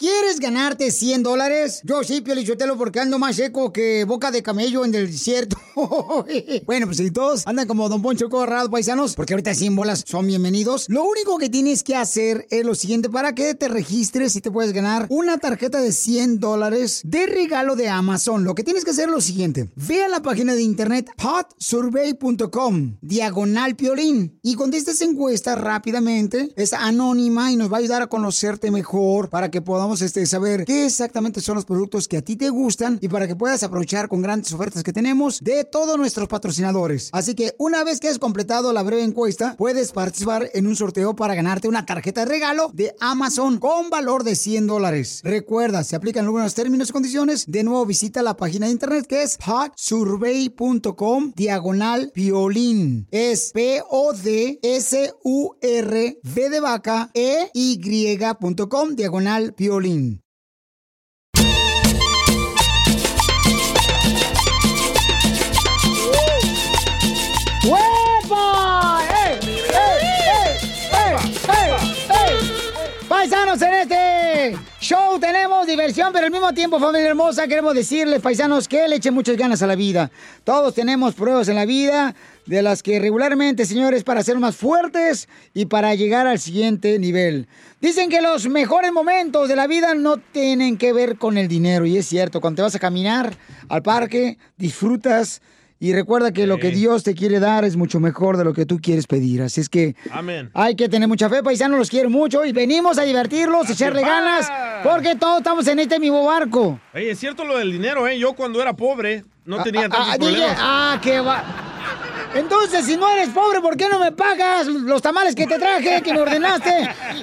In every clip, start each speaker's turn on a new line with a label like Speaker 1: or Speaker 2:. Speaker 1: ¿Quieres ganarte 100 dólares? Yo sí, Piolichotelo, porque ando más seco que boca de camello en el desierto. bueno, pues si todos andan como Don Poncho Corrado, paisanos, porque ahorita 100 bolas son bienvenidos. Lo único que tienes que hacer es lo siguiente, para que te registres y te puedes ganar una tarjeta de 100 dólares de regalo de Amazon. Lo que tienes que hacer es lo siguiente. Ve a la página de internet hotsurvey.com, diagonal piolín, y contesta esa encuesta rápidamente. Es anónima y nos va a ayudar a conocerte mejor para que podamos podamos este, saber qué exactamente son los productos que a ti te gustan y para que puedas aprovechar con grandes ofertas que tenemos de todos nuestros patrocinadores. Así que una vez que has completado la breve encuesta, puedes participar en un sorteo para ganarte una tarjeta de regalo de Amazon con valor de 100 dólares. Recuerda, se aplican algunos términos y condiciones. De nuevo, visita la página de internet que es hotsurvey.com diagonal violín. Es P-O-D-S-U-R-V de vaca E E-Y.com diagonal violín. Violín. ¡Huepa! ¡Eh! ¡Ey! ¡Ey! ¡Eh! ¡Ey! ¡Ey! ¡Ey! Paisanos en este show tenemos diversión, pero al mismo tiempo, familia hermosa, queremos decirles, paisanos, que le echen muchas ganas a la vida. Todos tenemos pruebas en la vida de las que regularmente, señores, para ser más fuertes y para llegar al siguiente nivel. Dicen que los mejores momentos de la vida no tienen que ver con el dinero, y es cierto, cuando te vas a caminar al parque, disfrutas y recuerda que lo que Dios te quiere dar es mucho mejor de lo que tú quieres pedir. Así es que
Speaker 2: Amén.
Speaker 1: hay que tener mucha fe, paisanos, los quiero mucho y venimos a
Speaker 2: Ah,
Speaker 1: divertirlos, a echarle ganas, porque todos estamos en este mismo barco.
Speaker 2: Ey, es cierto lo del dinero, ¿eh? Yo cuando era pobre no tenía
Speaker 1: Ah,
Speaker 2: tantos
Speaker 1: ah, DJ,
Speaker 2: problemas.
Speaker 1: ah, qué va. Entonces, si no eres pobre, ¿por qué no me pagas los tamales que te traje, que me ordenaste?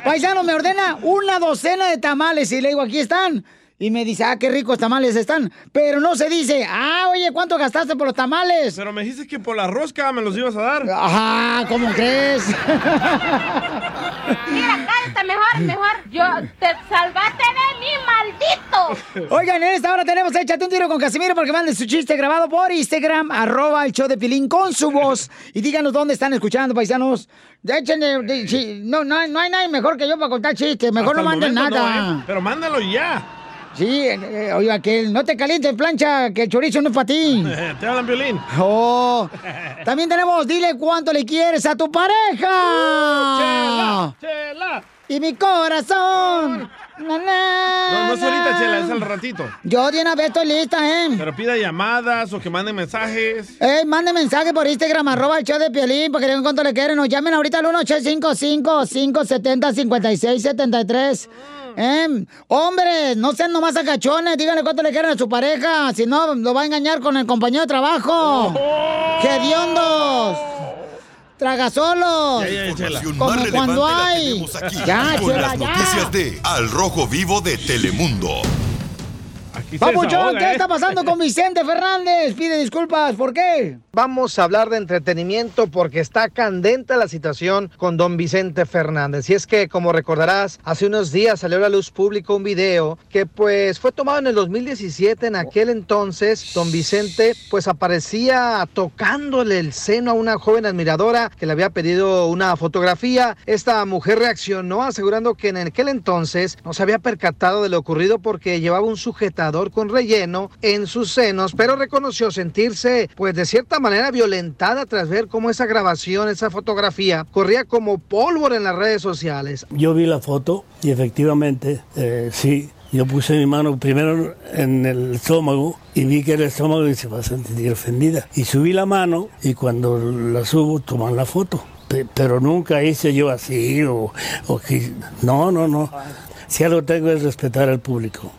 Speaker 1: Paisano me ordena una docena de tamales y le digo, aquí están. Y me dice, ah, qué ricos tamales están. Pero no se dice, ah, oye, ¿cuánto gastaste por los tamales?
Speaker 2: Pero me dijiste que por la rosca me los ibas a dar.
Speaker 1: Ajá, ¿cómo crees?
Speaker 3: Mira, cállate mejor, mejor. Yo te salvaste de mí, maldito.
Speaker 1: Oigan, en esta hora tenemos Échate un tiro con Casimiro porque manden su chiste grabado por Instagram, arroba el show de Pilín con su voz. Y díganos dónde están escuchando, paisanos. Ya échenle, de- sí, no, no, hay- no hay nadie mejor que yo para contar chistes. Mejor
Speaker 2: Hasta
Speaker 1: no
Speaker 2: el
Speaker 1: manden
Speaker 2: momento
Speaker 1: nada.
Speaker 2: no, ¿eh? Pero mándalo ya.
Speaker 1: Sí, eh, eh, oiga, que no te calientes, plancha, que el chorizo no es para ti.
Speaker 2: Te hablan violín.
Speaker 1: Oh, también tenemos, dile cuánto le quieres a tu pareja.
Speaker 2: Chela.
Speaker 1: Y mi corazón. Na, na,
Speaker 2: No, no es ahorita,
Speaker 1: na.
Speaker 2: Chela, es al ratito.
Speaker 1: Yo de una vez estoy lista, ¿eh?
Speaker 2: Pero pida llamadas o que manden mensajes.
Speaker 1: Ey, mande mensaje por Instagram, arroba el show de Piolín, para que digan cuánto le quieren. Nos llamen ahorita al 1-855-570-5673. Em, hombres, no sean nomás agachones, díganle cuánto le quieren a su pareja. Si no, lo va a engañar con el compañero de trabajo.
Speaker 2: Oh.
Speaker 1: ¡Gediondos! ¡Tragasolos!
Speaker 2: Ya, ya, ya, Chela.
Speaker 4: Información
Speaker 1: Como
Speaker 4: más relevante
Speaker 1: cuando
Speaker 4: la
Speaker 1: hay.
Speaker 4: tenemos aquí
Speaker 1: Ya,
Speaker 4: con
Speaker 1: Chela,
Speaker 4: las
Speaker 1: ya.
Speaker 4: noticias de Al Rojo Vivo de Telemundo.
Speaker 2: Aquí se
Speaker 1: Papuchón,
Speaker 2: desahoga,
Speaker 1: ¿qué
Speaker 2: ¿eh?
Speaker 1: está pasando con Vicente Fernández? Pide disculpas, ¿por qué?
Speaker 5: vamos a hablar de entretenimiento porque está candente la situación con don Vicente Fernández. Y es que, como recordarás, hace unos días salió a la luz pública un video que pues fue tomado en el 2017. En aquel entonces, don Vicente pues aparecía tocándole el seno a una joven admiradora que le había pedido una fotografía. Esta mujer reaccionó asegurando que en aquel entonces no se había percatado de lo ocurrido porque llevaba un sujetador con relleno en sus senos, pero reconoció sentirse pues de cierta manera violentada tras ver cómo esa grabación, esa fotografía corría como pólvora en las redes sociales.
Speaker 6: Yo vi la foto y efectivamente, eh, sí, yo puse mi mano primero en el estómago y vi que era el estómago y se va a sentir ofendida. Y subí la mano y cuando la subo toman la foto. Pe- Pero nunca hice yo así o, o que... No, no, no. Si algo tengo es respetar al público.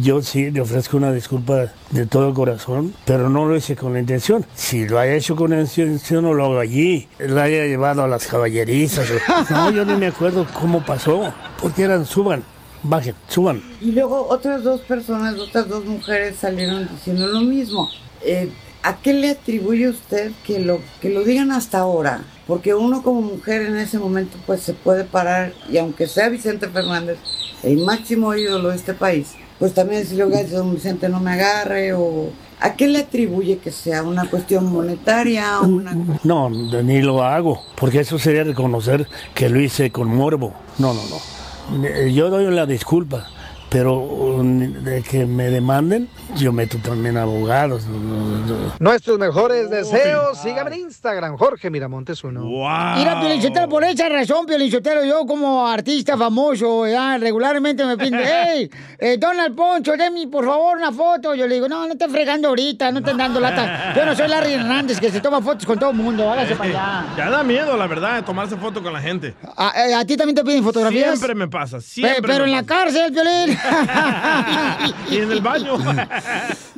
Speaker 6: Yo sí le ofrezco una disculpa de todo corazón, pero no lo hice con la intención. Si lo haya hecho con la intención, no lo hago allí. La haya llevado a las caballerizas. o- No, yo ni me acuerdo cómo pasó. Porque eran, suban, bajen, suban.
Speaker 7: Y luego otras dos personas, otras dos mujeres salieron diciendo lo mismo. Eh, ¿A qué le atribuye usted que lo, que lo digan hasta ahora? Porque uno como mujer en ese momento pues se puede parar y aunque sea Vicente Fernández, el máximo ídolo de este país, pues también decirle, oiga, si don Vicente no me agarre o... ¿A qué le atribuye que sea una cuestión monetaria? Una...
Speaker 6: No, ni lo hago, porque eso sería reconocer que lo hice con morbo. No, no, no. Eh, Yo doy la disculpa, pero um, de que me demanden, yo meto también abogados. no, no, no.
Speaker 5: Nuestros mejores deseos. Sígame en Instagram, Jorge Miramontes uno.
Speaker 1: Mira,
Speaker 2: Ah,
Speaker 1: Piolichotero, por esa razón, Piolichotero, yo como artista famoso, ya, regularmente me piden, hey, eh, Donald Poncho, déme por favor una foto. Yo le digo, no, no estés fregando ahorita, no estén dando lata. Yo no soy Larry Hernández, que se toma fotos con todo el mundo, hágase para allá.
Speaker 2: Eh, Ya da miedo, la verdad, tomarse foto con la gente.
Speaker 1: ¿A, eh, a ti también te piden fotografías?
Speaker 2: Siempre me pasa,
Speaker 1: Pe-
Speaker 2: siempre.
Speaker 1: Pero en la cárcel, Piolín.
Speaker 2: Y en el baño.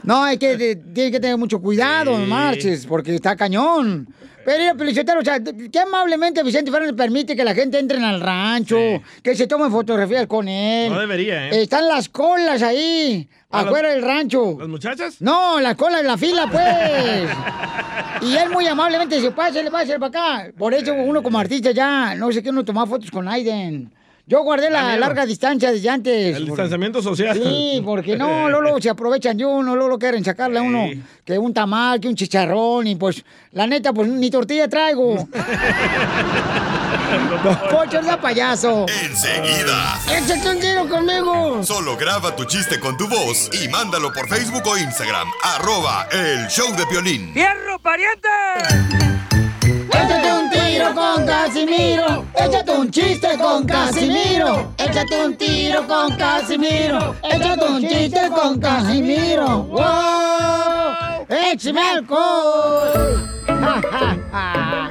Speaker 1: No, es que te- tienes que tener mucho cuidado, no marches, porque está cañón. Pero mira, Pelichotero, o sea, que amablemente Vicente Fernández permite que la gente entre al rancho, que se tomen fotografías con él.
Speaker 2: No debería, ¿eh?
Speaker 1: Están las colas ahí,
Speaker 2: Ah,
Speaker 1: afuera
Speaker 2: las-
Speaker 1: del rancho.
Speaker 2: ¿Las muchachas?
Speaker 1: No, las colas, la fila, pues. Y él muy amablemente dice, pásale, pásale para acá. Por eso uno como artista ya, no sé qué, uno toma fotos con Aiden. Yo guardé la
Speaker 2: Amigo.
Speaker 1: larga distancia desde antes.
Speaker 2: El
Speaker 1: porque-
Speaker 2: distanciamiento social.
Speaker 1: Sí, porque no, Lolo se aprovechan de uno, Lolo quieren sacarle a uno que un tamal, que un chicharrón, y pues, la neta, pues ni tortilla traigo. ¡Eh! Pocho, ya payaso.
Speaker 4: Enseguida.
Speaker 1: ¡Échate un tiro conmigo!
Speaker 4: Solo graba tu chiste con tu voz y mándalo por Facebook o Instagram. Arroba el show de Piolín.
Speaker 1: ¡Fierro, pariente! Échate un tiro con Casimiro. Échate un chiste con Casimiro. Échate un tiro con Casimiro. Échate un chiste con Casimiro. ¡Wow! ¡Échame alcohol! Ja, ja, ja.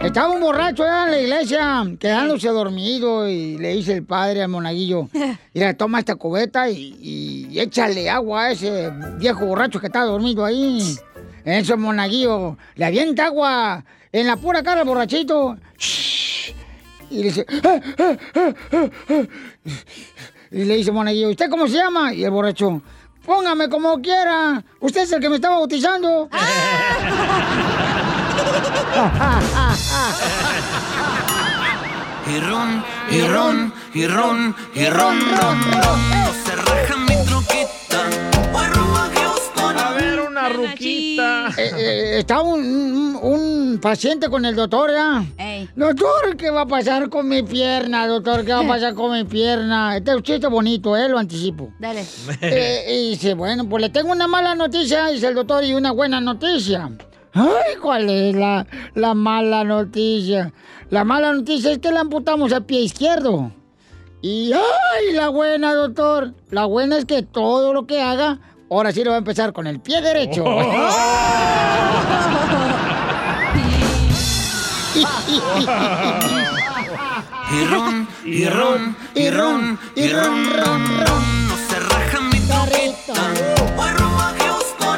Speaker 1: Estaba un borracho allá en la iglesia, quedándose dormido, y le dice el padre al monaguillo, mira, toma esta cubeta y, y échale agua a ese viejo borracho que está dormido ahí. Eso, monaguillo, le avienta agua en la pura cara al borrachito. Y le dice, "Ah, ah, ah, ah, ah". y le dice monaguillo, ¿usted cómo se llama? Y el borracho, póngame como quiera, usted es el que me está bautizando.
Speaker 8: Y ron, y ron, y ron, y ron, ron, ron. No se raja mi troquita.
Speaker 2: A ver, una ruquita.
Speaker 1: Eh, eh, está un, un- un paciente con el doctor, ¿ya? Doctor, ¿qué va a pasar con mi pierna? Doctor, ¿qué va a pasar con mi pierna? Este es un chiste bonito, ¿eh? Lo anticipo.
Speaker 9: Dale.
Speaker 1: Eh, y dice, bueno, pues le tengo una mala noticia, dice el doctor, y una buena noticia. Ay, ¿cuál es la, la mala noticia? La mala noticia es que le amputamos el pie izquierdo. Y ay, la buena, doctor. La buena es que todo lo que haga, ahora sí lo va a empezar con el pie derecho.
Speaker 8: Y ron, y ron, y ron, y ron, ron, ron. No se raja mi troquita.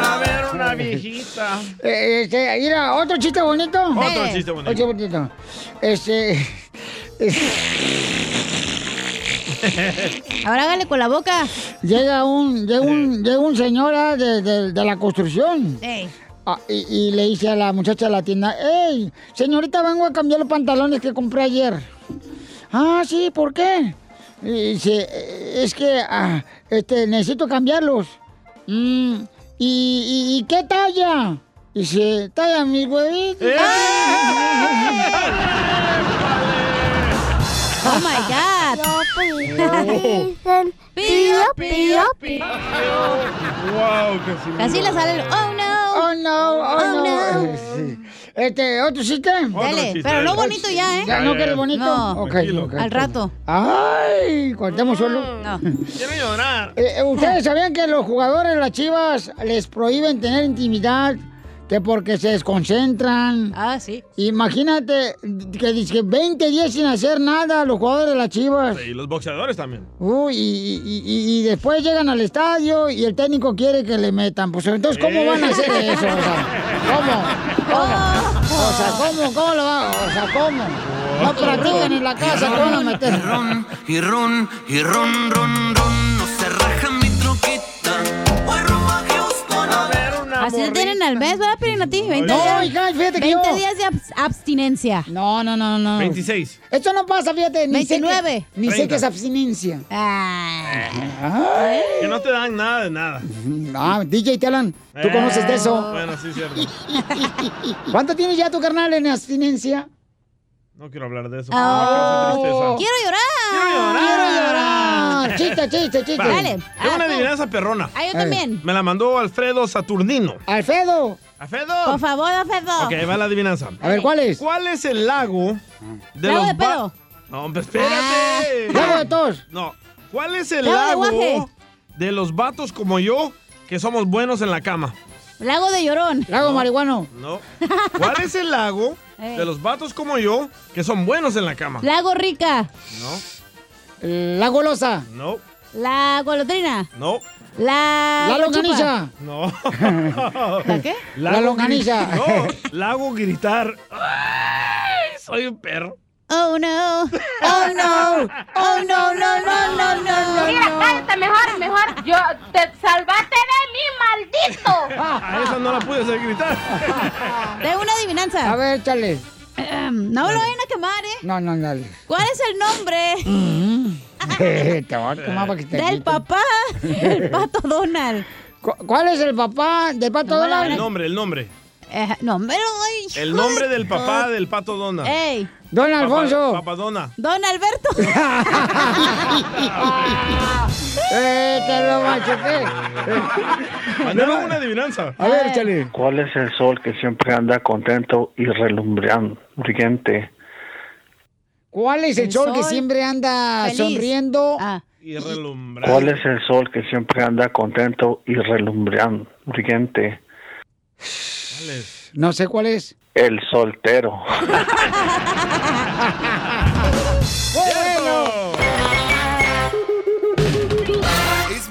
Speaker 2: A ver, una viejita.
Speaker 1: Eh, este, mira, otro chiste bonito. Eh,
Speaker 2: Otro chiste bonito.
Speaker 1: Otro bonito. Este. Ahora hágale con la boca. Llega un, llega un, llega un señor ah, de, de- de la construcción. Ah, y, y le dije a la muchacha de la tienda, hey, señorita, vengo a cambiar los pantalones que compré ayer. Ah, sí, ¿por qué? Y dice, "Eh, es que ah, este, necesito cambiarlos. "Mm, ¿y, y, y qué talla? Dice, talla mis huevitos.
Speaker 8: ¿Eh?
Speaker 1: ¡Ah!
Speaker 8: Oh my God.
Speaker 3: Pío, pío, pío.
Speaker 2: Wow, Casimiro.
Speaker 3: Casi le sale el,
Speaker 1: oh no. Oh no, oh, no. Eh, sí. Este, ¿otro chiste?
Speaker 3: Dale, chiste, pero no dale. bonito ya, ¿eh?
Speaker 1: Ya, no quieres bonito.
Speaker 3: No,
Speaker 1: Ok,
Speaker 3: tranquilo.
Speaker 1: ok.
Speaker 3: al rato. Mm.
Speaker 1: Ay, cortemos solo.
Speaker 2: Quiero llorar.
Speaker 1: Eh, eh, ¿Ustedes sabían que los jugadores de las chivas les prohíben tener intimidad? Que porque se desconcentran.
Speaker 3: Ah, sí.
Speaker 1: Imagínate que dice que 20 días sin hacer nada los jugadores de las chivas.
Speaker 2: Y los boxeadores también.
Speaker 1: Uy, y, y- y- y después llegan al estadio y el técnico quiere que le metan. Pues entonces, ¿cómo van a hacer eso? O sea, ¿cómo?
Speaker 3: Oh.
Speaker 1: ¿Cómo? O sea, ¿cómo? ¿Cómo lo van? O sea, ¿cómo? No practican en la casa, ¿cómo van a meter?
Speaker 8: Y ron, y ron, ron, ron, no se raja mi troquita. Voy rumbo a Houston a ver una
Speaker 3: Así te tienen al mes, ¿verdad, Piolín, a ti? 20
Speaker 1: No,
Speaker 3: días.
Speaker 1: hija, fíjate que
Speaker 3: 20
Speaker 1: yo-
Speaker 3: días de abs- abstinencia.
Speaker 1: No, no, no, no.
Speaker 2: 26.
Speaker 1: Esto no pasa, fíjate. Ni sé que-
Speaker 3: 29.
Speaker 1: ni sé
Speaker 2: 30.
Speaker 1: que es abstinencia.
Speaker 3: Ah.
Speaker 2: Que no te dan nada de nada.
Speaker 1: Ah, DJ Talan, tú
Speaker 2: Eh,
Speaker 1: conoces de eso.
Speaker 2: Bueno, sí, cierto.
Speaker 1: ¿Cuánto tienes ya tu carnal en abstinencia?
Speaker 2: No quiero hablar de eso.
Speaker 1: Ah.
Speaker 2: Me causa tristeza.
Speaker 3: Oh. Quiero llorar.
Speaker 2: Quiero llorar.
Speaker 1: llorar. Chiste, chiste, chiste.
Speaker 2: Va. Tengo una adivinanza perrona.
Speaker 3: Ah, yo también.
Speaker 2: Me la mandó Alfredo Saturnino.
Speaker 1: Eh. Alfredo.
Speaker 2: Alfredo.
Speaker 3: Por favor, Alfredo.
Speaker 2: Ok, ahí va la adivinanza.
Speaker 1: A ver, ¿cuál es?
Speaker 2: ¿Cuál es el lago de
Speaker 3: Lago
Speaker 2: los
Speaker 3: de
Speaker 2: ba-
Speaker 3: pedo.
Speaker 2: No, hombre, espérate.
Speaker 1: Ah. Lago de tos.
Speaker 2: No. ¿Cuál es el
Speaker 3: Lago de
Speaker 2: lago
Speaker 3: guaje.
Speaker 2: de los vatos como yo que somos buenos en la cama?
Speaker 3: Lago de llorón.
Speaker 1: Lago marihuano.
Speaker 2: No. ¿Cuál es el lago
Speaker 3: Eh.
Speaker 2: de los vatos como yo que son buenos en la cama?
Speaker 3: Lago rica.
Speaker 2: No,
Speaker 1: La golosa.
Speaker 2: no,
Speaker 3: La golondrina.
Speaker 2: no,
Speaker 3: La.
Speaker 1: La longaniza.
Speaker 2: no.
Speaker 3: ¿La qué?
Speaker 1: La longaniza.
Speaker 2: No, lago gritar. Ay, soy un perro.
Speaker 3: Oh no. Oh no. Oh no, no, no, no, no, no. no. no. Mira,
Speaker 2: cállate,
Speaker 3: mejor, mejor.
Speaker 2: Yo
Speaker 3: te salvaste de mí, maldito.
Speaker 2: A esa no la pude hacer gritar.
Speaker 3: De una adivinanza. Em,
Speaker 1: A ver, échale.
Speaker 3: No lo vayan a quemar, ¿eh?
Speaker 1: No, no, dale.
Speaker 3: ¿Cuál es el nombre
Speaker 1: te voy a tomar para que te
Speaker 3: del
Speaker 1: quiten.
Speaker 3: papá del pato Donald?
Speaker 1: ¿Cu- ¿Cuál es el papá del pato
Speaker 3: No,
Speaker 1: Donald?
Speaker 2: El nombre, el nombre.
Speaker 3: Eh, no me lo doy.
Speaker 2: El nombre del papá del pato Dona.
Speaker 3: ¡Ey!
Speaker 1: Don Alfonso.
Speaker 2: Papadona.
Speaker 3: Don Alberto.
Speaker 1: Eh, te lo machuqué.
Speaker 2: Mandaron Ah, una adivinanza.
Speaker 1: A ver, échale.
Speaker 10: ¿Cuál es el sol que siempre anda contento y relumbrante?
Speaker 1: ¿Cuál es el,
Speaker 3: El
Speaker 1: sol, que
Speaker 3: sol.
Speaker 1: siempre anda
Speaker 3: Feliz.
Speaker 1: sonriendo?
Speaker 3: Ah,
Speaker 2: Y relumbrar.
Speaker 10: ¿Cuál es el sol que siempre anda contento y relumbrante?
Speaker 2: ¿Cuál es?
Speaker 1: No sé cuál es.
Speaker 10: El soltero.
Speaker 4: Es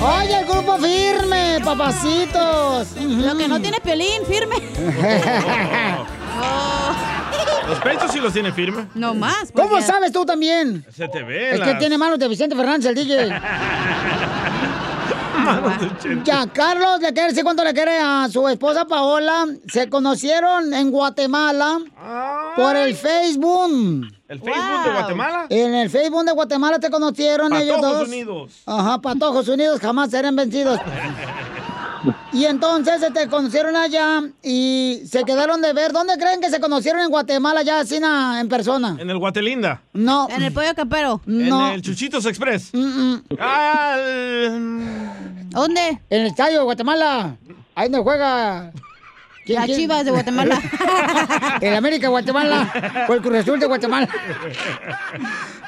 Speaker 1: Oye, el grupo firme, papacitos.
Speaker 3: Lo que no tiene piolín, firme.
Speaker 1: Oh.
Speaker 2: Los pechos sí los tiene firme.
Speaker 3: No más.
Speaker 1: ¿Cómo
Speaker 3: porque-
Speaker 1: sabes tú también?
Speaker 2: pues Se te ve.
Speaker 1: Es que
Speaker 2: las-
Speaker 1: tiene manos de Vicente Fernández, el DJ.
Speaker 2: manos de Chente.
Speaker 1: Ya, Carlos le quiere decir cuánto le quiere a su esposa Paola. Se conocieron en Guatemala por el Facebook.
Speaker 2: El Facebook de Guatemala.
Speaker 1: En el Facebook de Guatemala te conocieron ellos
Speaker 2: Patojos
Speaker 1: dos.
Speaker 2: Unidos.
Speaker 1: Ajá, Patojos Unidos jamás serán vencidos. Y entonces se te conocieron allá y se quedaron de ver. ¿Dónde creen que se conocieron en Guatemala ya, Sina, en persona?
Speaker 2: En el Guatelinda.
Speaker 1: No.
Speaker 3: En el pollo campero.
Speaker 1: No.
Speaker 2: En el Chuchitos Express.
Speaker 1: Mm, mm.
Speaker 2: Ah, el-
Speaker 3: ¿Dónde?
Speaker 1: En el estadio de Guatemala. Ahí donde juega. ¿Quién,
Speaker 3: Las
Speaker 1: quién?
Speaker 3: chivas de Guatemala.
Speaker 1: El América de Guatemala. O el Cruz Azul de Guatemala.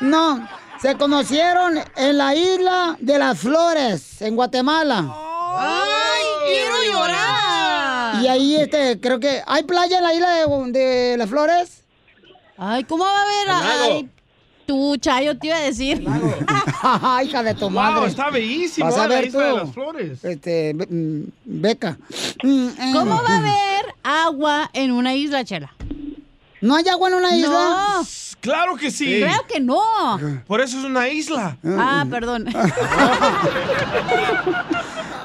Speaker 1: No. Se conocieron en la isla de las flores, en Guatemala.
Speaker 3: ¡Ay, quiero llorar!
Speaker 1: Y ahí, este, creo que. ¿Hay playa en la isla de, de las flores?
Speaker 3: Ay, ¿cómo va a haber? Ay, tú, Chayo, te iba a decir.
Speaker 1: Ay, hija de tu madre.
Speaker 2: está bellísimo,
Speaker 1: Vas a
Speaker 2: ¿eh? la
Speaker 1: ver
Speaker 2: isla de
Speaker 1: tú,
Speaker 2: las flores.
Speaker 1: Este, be- mm, beca. Mm, eh.
Speaker 3: ¿Cómo va a haber agua en una isla, Chela?
Speaker 1: ¿No hay agua en una
Speaker 2: isla?
Speaker 3: No.
Speaker 2: Claro que sí.
Speaker 3: Claro que no.
Speaker 2: Por eso es una isla.
Speaker 3: Ah, perdón.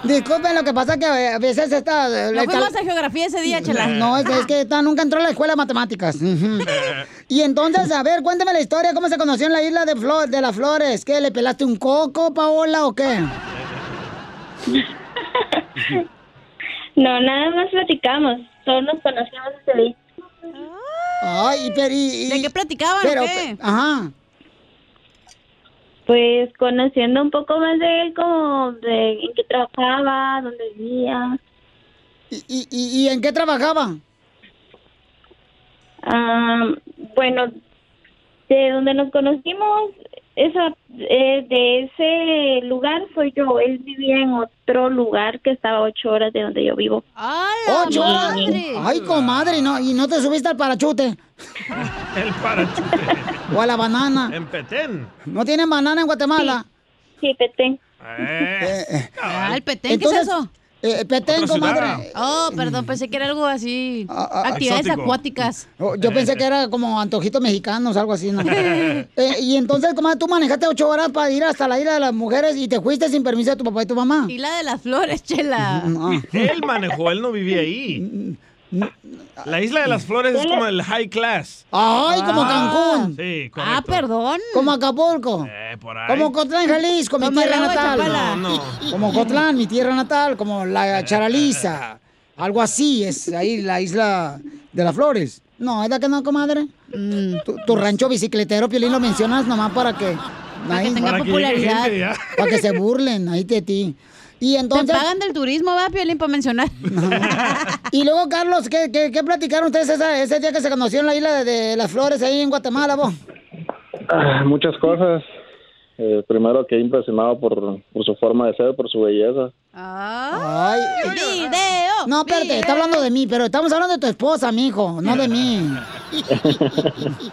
Speaker 1: Disculpen, lo que pasa es que eh, a veces está...
Speaker 3: No fuimos a geografía ese día, Chela.
Speaker 1: No, es, es que esta nunca entró a la escuela de matemáticas. Ujú. Y entonces, a ver, cuéntame la historia, ¿cómo se conoció en la isla de, Flo- de las flores? ¿Qué, le pelaste un coco, Paola, o qué?
Speaker 11: No, nada más platicamos. Solo nos conocíamos desde ahí.
Speaker 1: Ay, pero
Speaker 11: ¿De qué platicaban
Speaker 1: pero, ah, o qué? Ajá.
Speaker 11: Pues conociendo un poco más de él, como de en qué trabajaba, dónde vivía.
Speaker 1: ¿Y, y, en qué trabajaba?
Speaker 11: Ah, bueno, de donde nos conocimos, esa, eh, de ese lugar soy yo. Él vivía en otro lugar que estaba a ocho horas de donde yo vivo.
Speaker 1: ¡Ocho horas! ¡Ay, comadre! No, ¿Y no te subiste al parachute?
Speaker 2: El parachute.
Speaker 1: ¿O a la banana?
Speaker 2: En Petén.
Speaker 1: ¿No tienen banana en Guatemala?
Speaker 11: Sí, petén.
Speaker 2: Eh.
Speaker 3: Ah, el petén, ¿qué es eso?
Speaker 1: petén,
Speaker 3: Otra ciudad.
Speaker 1: comadre.
Speaker 3: Oh, perdón, pensé que era algo así. actividades
Speaker 1: exótico.
Speaker 3: acuáticas.
Speaker 1: Ah, Oh, Yo pensé que era como antojitos mexicanos, algo así, ¿no? Eh, y entonces, comadre, tú manejaste ocho horas para ir hasta la isla de las mujeres y te fuiste sin permiso de tu papá y tu mamá.
Speaker 3: Y la de las flores, Chela.
Speaker 2: Él manejó, él no vivía ahí. La isla de las flores es como el high class. Ah,
Speaker 1: ¡Ay,
Speaker 3: Ah,
Speaker 1: como Cancún!
Speaker 2: Sí,
Speaker 1: Ah,
Speaker 2: correcto.
Speaker 1: perdón. Como Acapulco. Como Cotlán, Jalisco, mi
Speaker 2: Como
Speaker 1: tierra
Speaker 2: el agua de
Speaker 1: natal.
Speaker 2: Chapala. No,
Speaker 1: Como Cotlán, mi tierra natal, como la Charaliza. Algo así es ahí la isla de las flores. No, ¿es la que no, comadre? Mm, tu, tu rancho bicicletero, Piolín, lo mencionas nomás para que...
Speaker 3: Para que tenga Para que llegue popularidad. gente, ya.
Speaker 1: para que se burlen ahí de ti. Y entonces...
Speaker 3: Te pagan del turismo, va, Piolín, para mencionar.
Speaker 1: Y luego, Carlos, ¿qué, qué, qué platicaron ustedes esa- ese día que se conoció en la isla de, de las flores ahí en Guatemala, vos?
Speaker 12: Ah, muchas cosas. Eh, primero que impresionado por, por su forma de ser, por su belleza.
Speaker 1: Ay,
Speaker 3: video.
Speaker 1: No, espérate, está hablando de mí, pero estamos hablando de tu esposa, mijo, no de mí.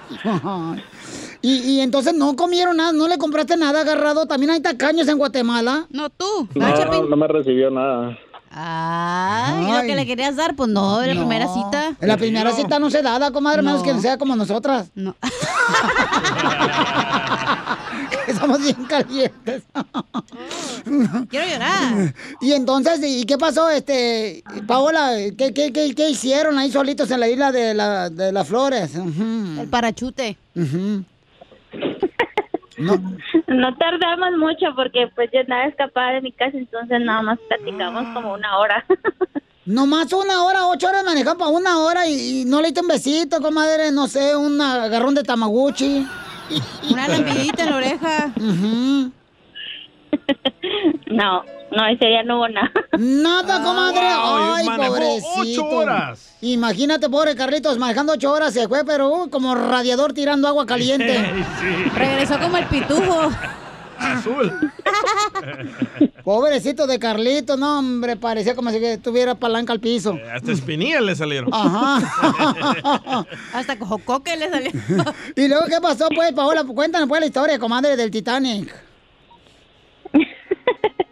Speaker 1: y, y entonces no comieron nada, no le compraste nada agarrado. También hay tacaños en Guatemala.
Speaker 3: No, tú.
Speaker 1: Ah,
Speaker 12: No, no me recibió nada.
Speaker 3: Ay, lo que le querías dar, pues no, en la primera cita.
Speaker 1: En la primera cita no se da, da, comadre, menos que sea como nosotras.
Speaker 3: No.
Speaker 1: Estamos bien calientes.
Speaker 3: Quiero llorar.
Speaker 1: Y entonces, ¿y qué pasó, este, Paola? ¿Qué, qué, qué, qué hicieron ahí solitos en la isla de, la- de las flores? El
Speaker 3: parachute.
Speaker 11: No tardamos mucho porque pues yo andaba escapada de mi casa, entonces nada más platicamos como una hora.
Speaker 1: Nomás una hora, ocho horas manejando para una hora y, y no le diste un besito, comadre, no sé, un agarrón de tamaguchi.
Speaker 3: Una lambidita en la oreja.
Speaker 11: No, no, ese día no hubo nada.
Speaker 1: Nada, comadre. Ay, pobrecito. Imagínate, pobre Carlitos, manejando ocho horas se fue, pero uh, como radiador tirando agua caliente.
Speaker 3: Regresó como el pitujo.
Speaker 2: Azul.
Speaker 1: Pobrecito de Carlitos, no, hombre, parecía como si que tuviera palanca al piso.
Speaker 2: Eh, Hasta espinillas le salieron.
Speaker 1: Ajá.
Speaker 3: Hasta cojocoque le salió.
Speaker 1: ¿Y luego qué pasó, pues, Paola? Cuéntanos, pues, la historia, comadre, del Titanic.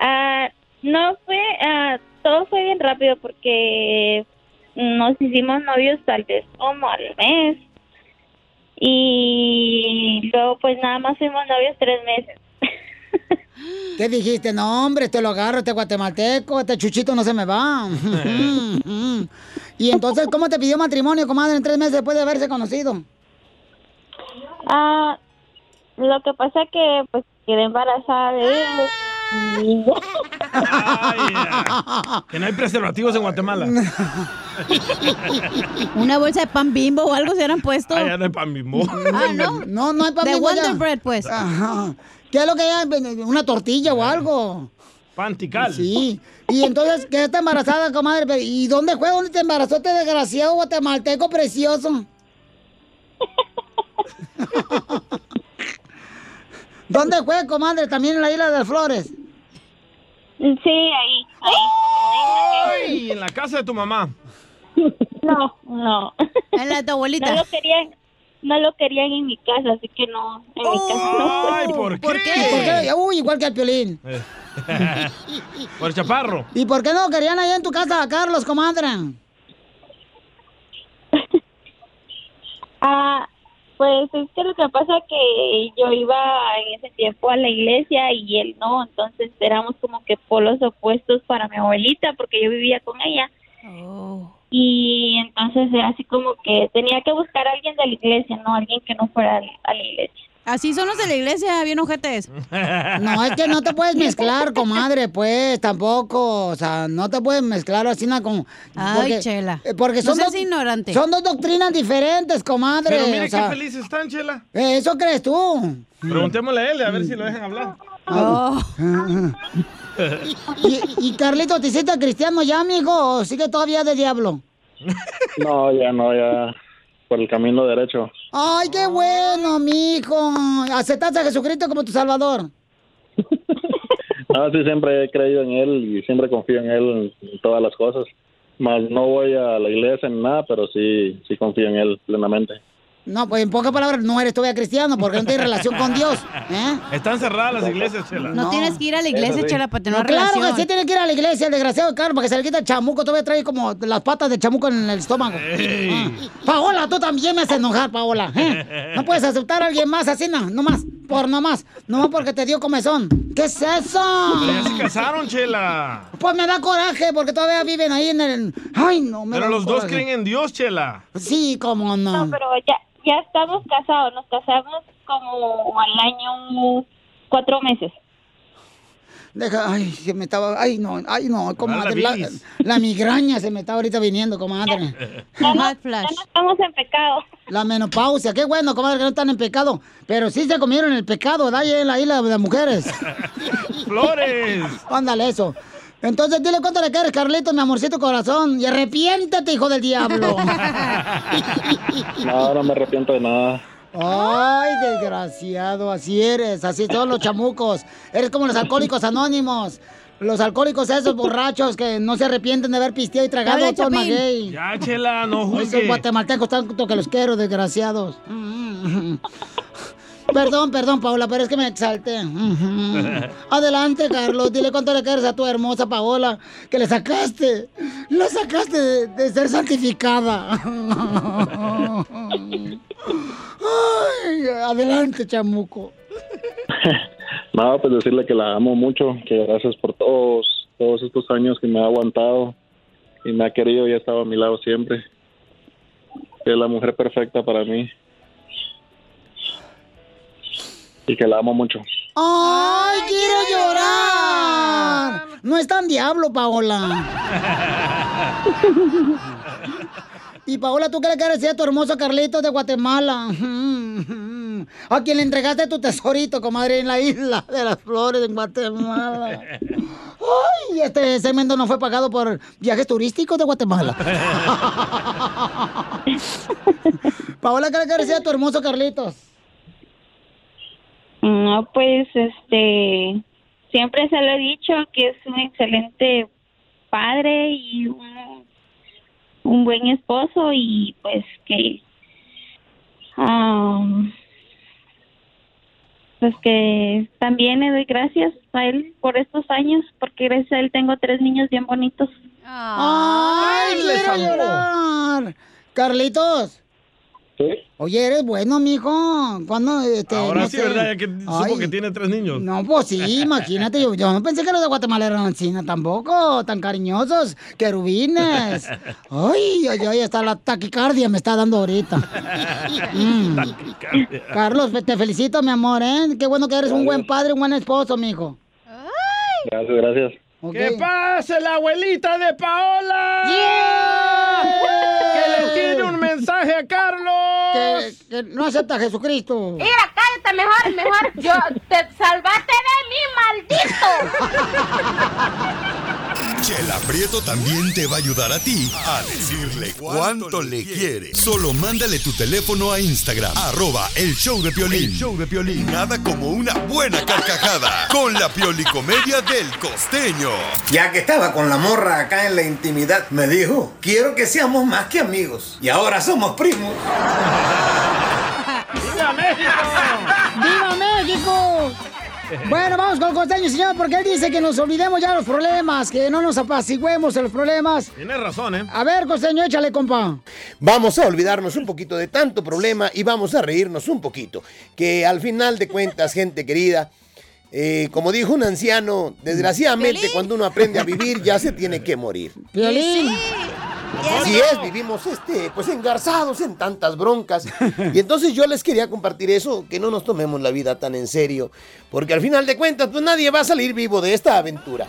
Speaker 11: Ah, no fue, ah, todo fue bien rápido porque nos hicimos novios tal vez como al mes. Y luego pues nada más fuimos novios tres meses.
Speaker 1: ¿Qué dijiste? No, hombre, te lo agarro, este guatemalteco, este chuchito no se me va. y entonces, ¿cómo te pidió matrimonio, comadre, en tres meses después de haberse conocido?
Speaker 11: Ah, lo que pasa que pues quedé embarazada de él. Y-
Speaker 2: Que no hay preservativos en Guatemala.
Speaker 3: Una bolsa de pan bimbo o algo se hubieran puesto.
Speaker 2: Ah, ya no hay pan bimbo.
Speaker 3: Ah, ¿no?
Speaker 1: No, no hay pan
Speaker 3: De
Speaker 1: bimbo
Speaker 3: Wonder
Speaker 1: allá.
Speaker 3: Bread, pues.
Speaker 1: Ajá. ¿Qué es lo que hay? Pues, ¿Una tortilla o algo?
Speaker 2: Pantical.
Speaker 1: Sí. Y entonces, ¿qué está embarazada, comadre? Pero, ¿Y dónde fue? ¿Dónde te embarazó este desgraciado guatemalteco precioso? ¿Dónde fue, comadre? También en la isla de las flores.
Speaker 11: Sí, ahí.
Speaker 2: ¡Ay! En la casa de tu mamá.
Speaker 11: No, no.
Speaker 3: En la de tu abuelita.
Speaker 11: No lo querían, no lo querían en mi casa, así que no, en mi casa no.
Speaker 2: Ay, ¿por qué?
Speaker 1: ¿Por qué? ¿Por qué? Uy, igual que el Piolín.
Speaker 2: Por chaparro.
Speaker 1: ¿Y por qué no querían allá en tu casa a Carlos, comadra?
Speaker 11: Ah, pues es que lo que pasa que yo iba en ese tiempo a la iglesia y él no, entonces éramos como que polos opuestos para mi abuelita porque yo vivía con ella.
Speaker 3: Oh.
Speaker 11: Y entonces era así como que tenía que buscar a alguien de la iglesia, no alguien que no fuera a la iglesia.
Speaker 3: Así son los de la iglesia, bien ojetes.
Speaker 1: No, es que no te puedes mezclar, comadre, pues, tampoco. O sea, no te puedes mezclar así nada con...
Speaker 3: Ay, Chela.
Speaker 1: eh, Porque
Speaker 3: No
Speaker 1: son
Speaker 3: seas
Speaker 1: dos-
Speaker 3: ignorante.
Speaker 1: Son dos doctrinas diferentes, comadre.
Speaker 2: Pero mire
Speaker 1: o sea,
Speaker 2: qué feliz están, Chela.
Speaker 1: eh, ¿Eso crees tú? Oh.
Speaker 2: Preguntémosle a él a ver si lo dejan hablar.
Speaker 1: Y, y Carlito, ¿te hiciste cristiano ya, amigo? ¿O sigue todavía de diablo?
Speaker 12: No, ya no, ya por el camino derecho.
Speaker 1: Ay, qué bueno, mijo. ¿Aceptaste a Jesucristo como tu salvador?
Speaker 12: No, sí, siempre he creído en él y siempre confío en él en todas las cosas. Más no voy a la iglesia ni nada, pero sí, sí confío en él plenamente.
Speaker 1: No, pues en pocas palabras, no eres todavía cristiano porque no tienes relación con Dios. ¿eh?
Speaker 2: Están cerradas las iglesias, Chela.
Speaker 3: No, tienes que ir a la iglesia,
Speaker 2: Eso sí.
Speaker 3: Chela, para tener
Speaker 1: No,
Speaker 3: una
Speaker 1: claro
Speaker 3: relación.
Speaker 1: que sí tiene que ir a la iglesia, el desgraciado Carlos, para que se le quita el chamuco. Todavía trae como las patas de chamuco en el estómago. Ah. Paola, tú también me haces enojar, Paola. ¿eh? No puedes aceptar a alguien más así, no, no más, por no más. No más porque te dio comezón. ¿Qué es eso?
Speaker 2: Pero ya Eh, se casaron, Chela.
Speaker 1: Pues me da coraje porque todavía viven ahí en el... Ay, no, me
Speaker 2: Pero
Speaker 1: da
Speaker 2: los dos
Speaker 1: coraje.
Speaker 2: creen en Dios, Chela.
Speaker 1: Sí, cómo no.
Speaker 11: No, pero ya, ya estamos casados, nos casamos como al año cuatro meses.
Speaker 1: Deja, ay, se me estaba... Ay, no, ay, no, comadre.
Speaker 11: la
Speaker 1: La,
Speaker 11: bilis.
Speaker 1: la migraña se me está ahorita viniendo, comadre.
Speaker 3: Hot flash.
Speaker 11: estamos en pecado.
Speaker 1: La menopausia, qué bueno, comadre, que no están en pecado. Pero sí se comieron el pecado, da ahí en la isla de las mujeres.
Speaker 2: ¡Flores!
Speaker 1: Ándale, eso. Entonces, dile cuánto le quieres, Carlito, mi amorcito corazón. Y arrepiéntete, hijo del diablo.
Speaker 12: No, no me arrepiento de nada.
Speaker 1: Ay, desgraciado, así eres, así todos los chamucos. Eres como los alcohólicos anónimos. Los alcohólicos esos borrachos que no se arrepienten de haber pisteado y tragado todo el maguey.
Speaker 2: Ya, Chela, no
Speaker 1: Esos
Speaker 2: juzgue.
Speaker 1: guatemaltecos tanto que los quiero, desgraciados. Perdón, perdón, Paola, pero es que me exalté. Adelante, Carlos, dile cuánto le quieres a tu hermosa Paola, que le sacaste, la sacaste de, de ser santificada. Ay, adelante, chamuco.
Speaker 12: Nada, pues decirle que la amo mucho, que gracias por todos, todos estos años que me ha aguantado y me ha querido y ha estado a mi lado siempre. Que es la mujer perfecta para mí. Y que la amo mucho.
Speaker 1: Ay, quiero llorar. No es tan diablo, Paola. Y Paola, ¿tú qué le quieres decir a tu hermoso Carlito de Guatemala? A quien le entregaste tu tesorito, comadre, en la isla de las flores en Guatemala. Ay, este segmento no fue pagado por viajes turísticos de Guatemala. Paola, ¿qué le quieres decir a tu hermoso Carlitos?
Speaker 11: No, pues este, siempre se lo he dicho que es un excelente padre y un, un buen esposo y pues que, am, pues que también le doy gracias a él por estos años porque gracias a él tengo tres niños bien bonitos.
Speaker 1: ¡Ay,
Speaker 11: les
Speaker 1: quiero
Speaker 11: amó.
Speaker 1: llorar! Carlitos. Oye, eres bueno, mijo. ¿Cuándo, este,
Speaker 2: Ahora
Speaker 1: no
Speaker 2: sí,
Speaker 1: sé?
Speaker 2: ¿verdad? Ya que supo
Speaker 1: Ay,
Speaker 2: que tiene tres niños.
Speaker 1: No, pues sí, imagínate. Yo, yo no pensé que los de Guatemala eran así, no, tampoco. Tan cariñosos, querubines. Ay, ay, ay, hasta la taquicardia me está dando ahorita. Mm. Carlos, te felicito, mi amor, ¿eh? Qué bueno que eres un buen padre, un buen esposo, mijo.
Speaker 12: Gracias, gracias.
Speaker 2: ¡Que pase la abuelita de Paola! ¡Que le tiene un mensaje a Carlos!
Speaker 1: Que, que no acepta a Jesucristo.
Speaker 13: Mira, cállate mejor, mejor. Yo te salvaste de mí, maldito.
Speaker 4: Chela Prieto también te va a ayudar a ti a decirle cuánto le quiere. Solo mándale tu teléfono a Instagram, arroba el show de Piolín.
Speaker 14: El
Speaker 4: show de Piolín. Nada como una buena carcajada con la piolicomedia del costeño.
Speaker 15: Ya que estaba con la morra acá en la intimidad, me dijo, quiero que seamos más que amigos. Y ahora somos primos.
Speaker 1: ¡Viva México! ¡Viva México! Bueno, vamos con el costeño, señor, porque él dice que nos olvidemos ya de los problemas, que no nos apacigüemos de los problemas.
Speaker 2: Tienes razón, ¿eh?
Speaker 1: A ver, costeño, échale, compa.
Speaker 14: Vamos a olvidarnos un poquito de tanto problema y vamos a reírnos un poquito. Que al final de cuentas, gente querida, eh, como dijo un anciano, desgraciadamente cuando uno aprende a vivir ya se tiene que morir.
Speaker 1: Piolín.
Speaker 14: Así es, vivimos este, pues engarzados en tantas broncas. Y entonces yo les quería compartir eso, que no nos tomemos la vida tan en serio, porque al final de cuentas, pues nadie va a salir vivo de esta aventura.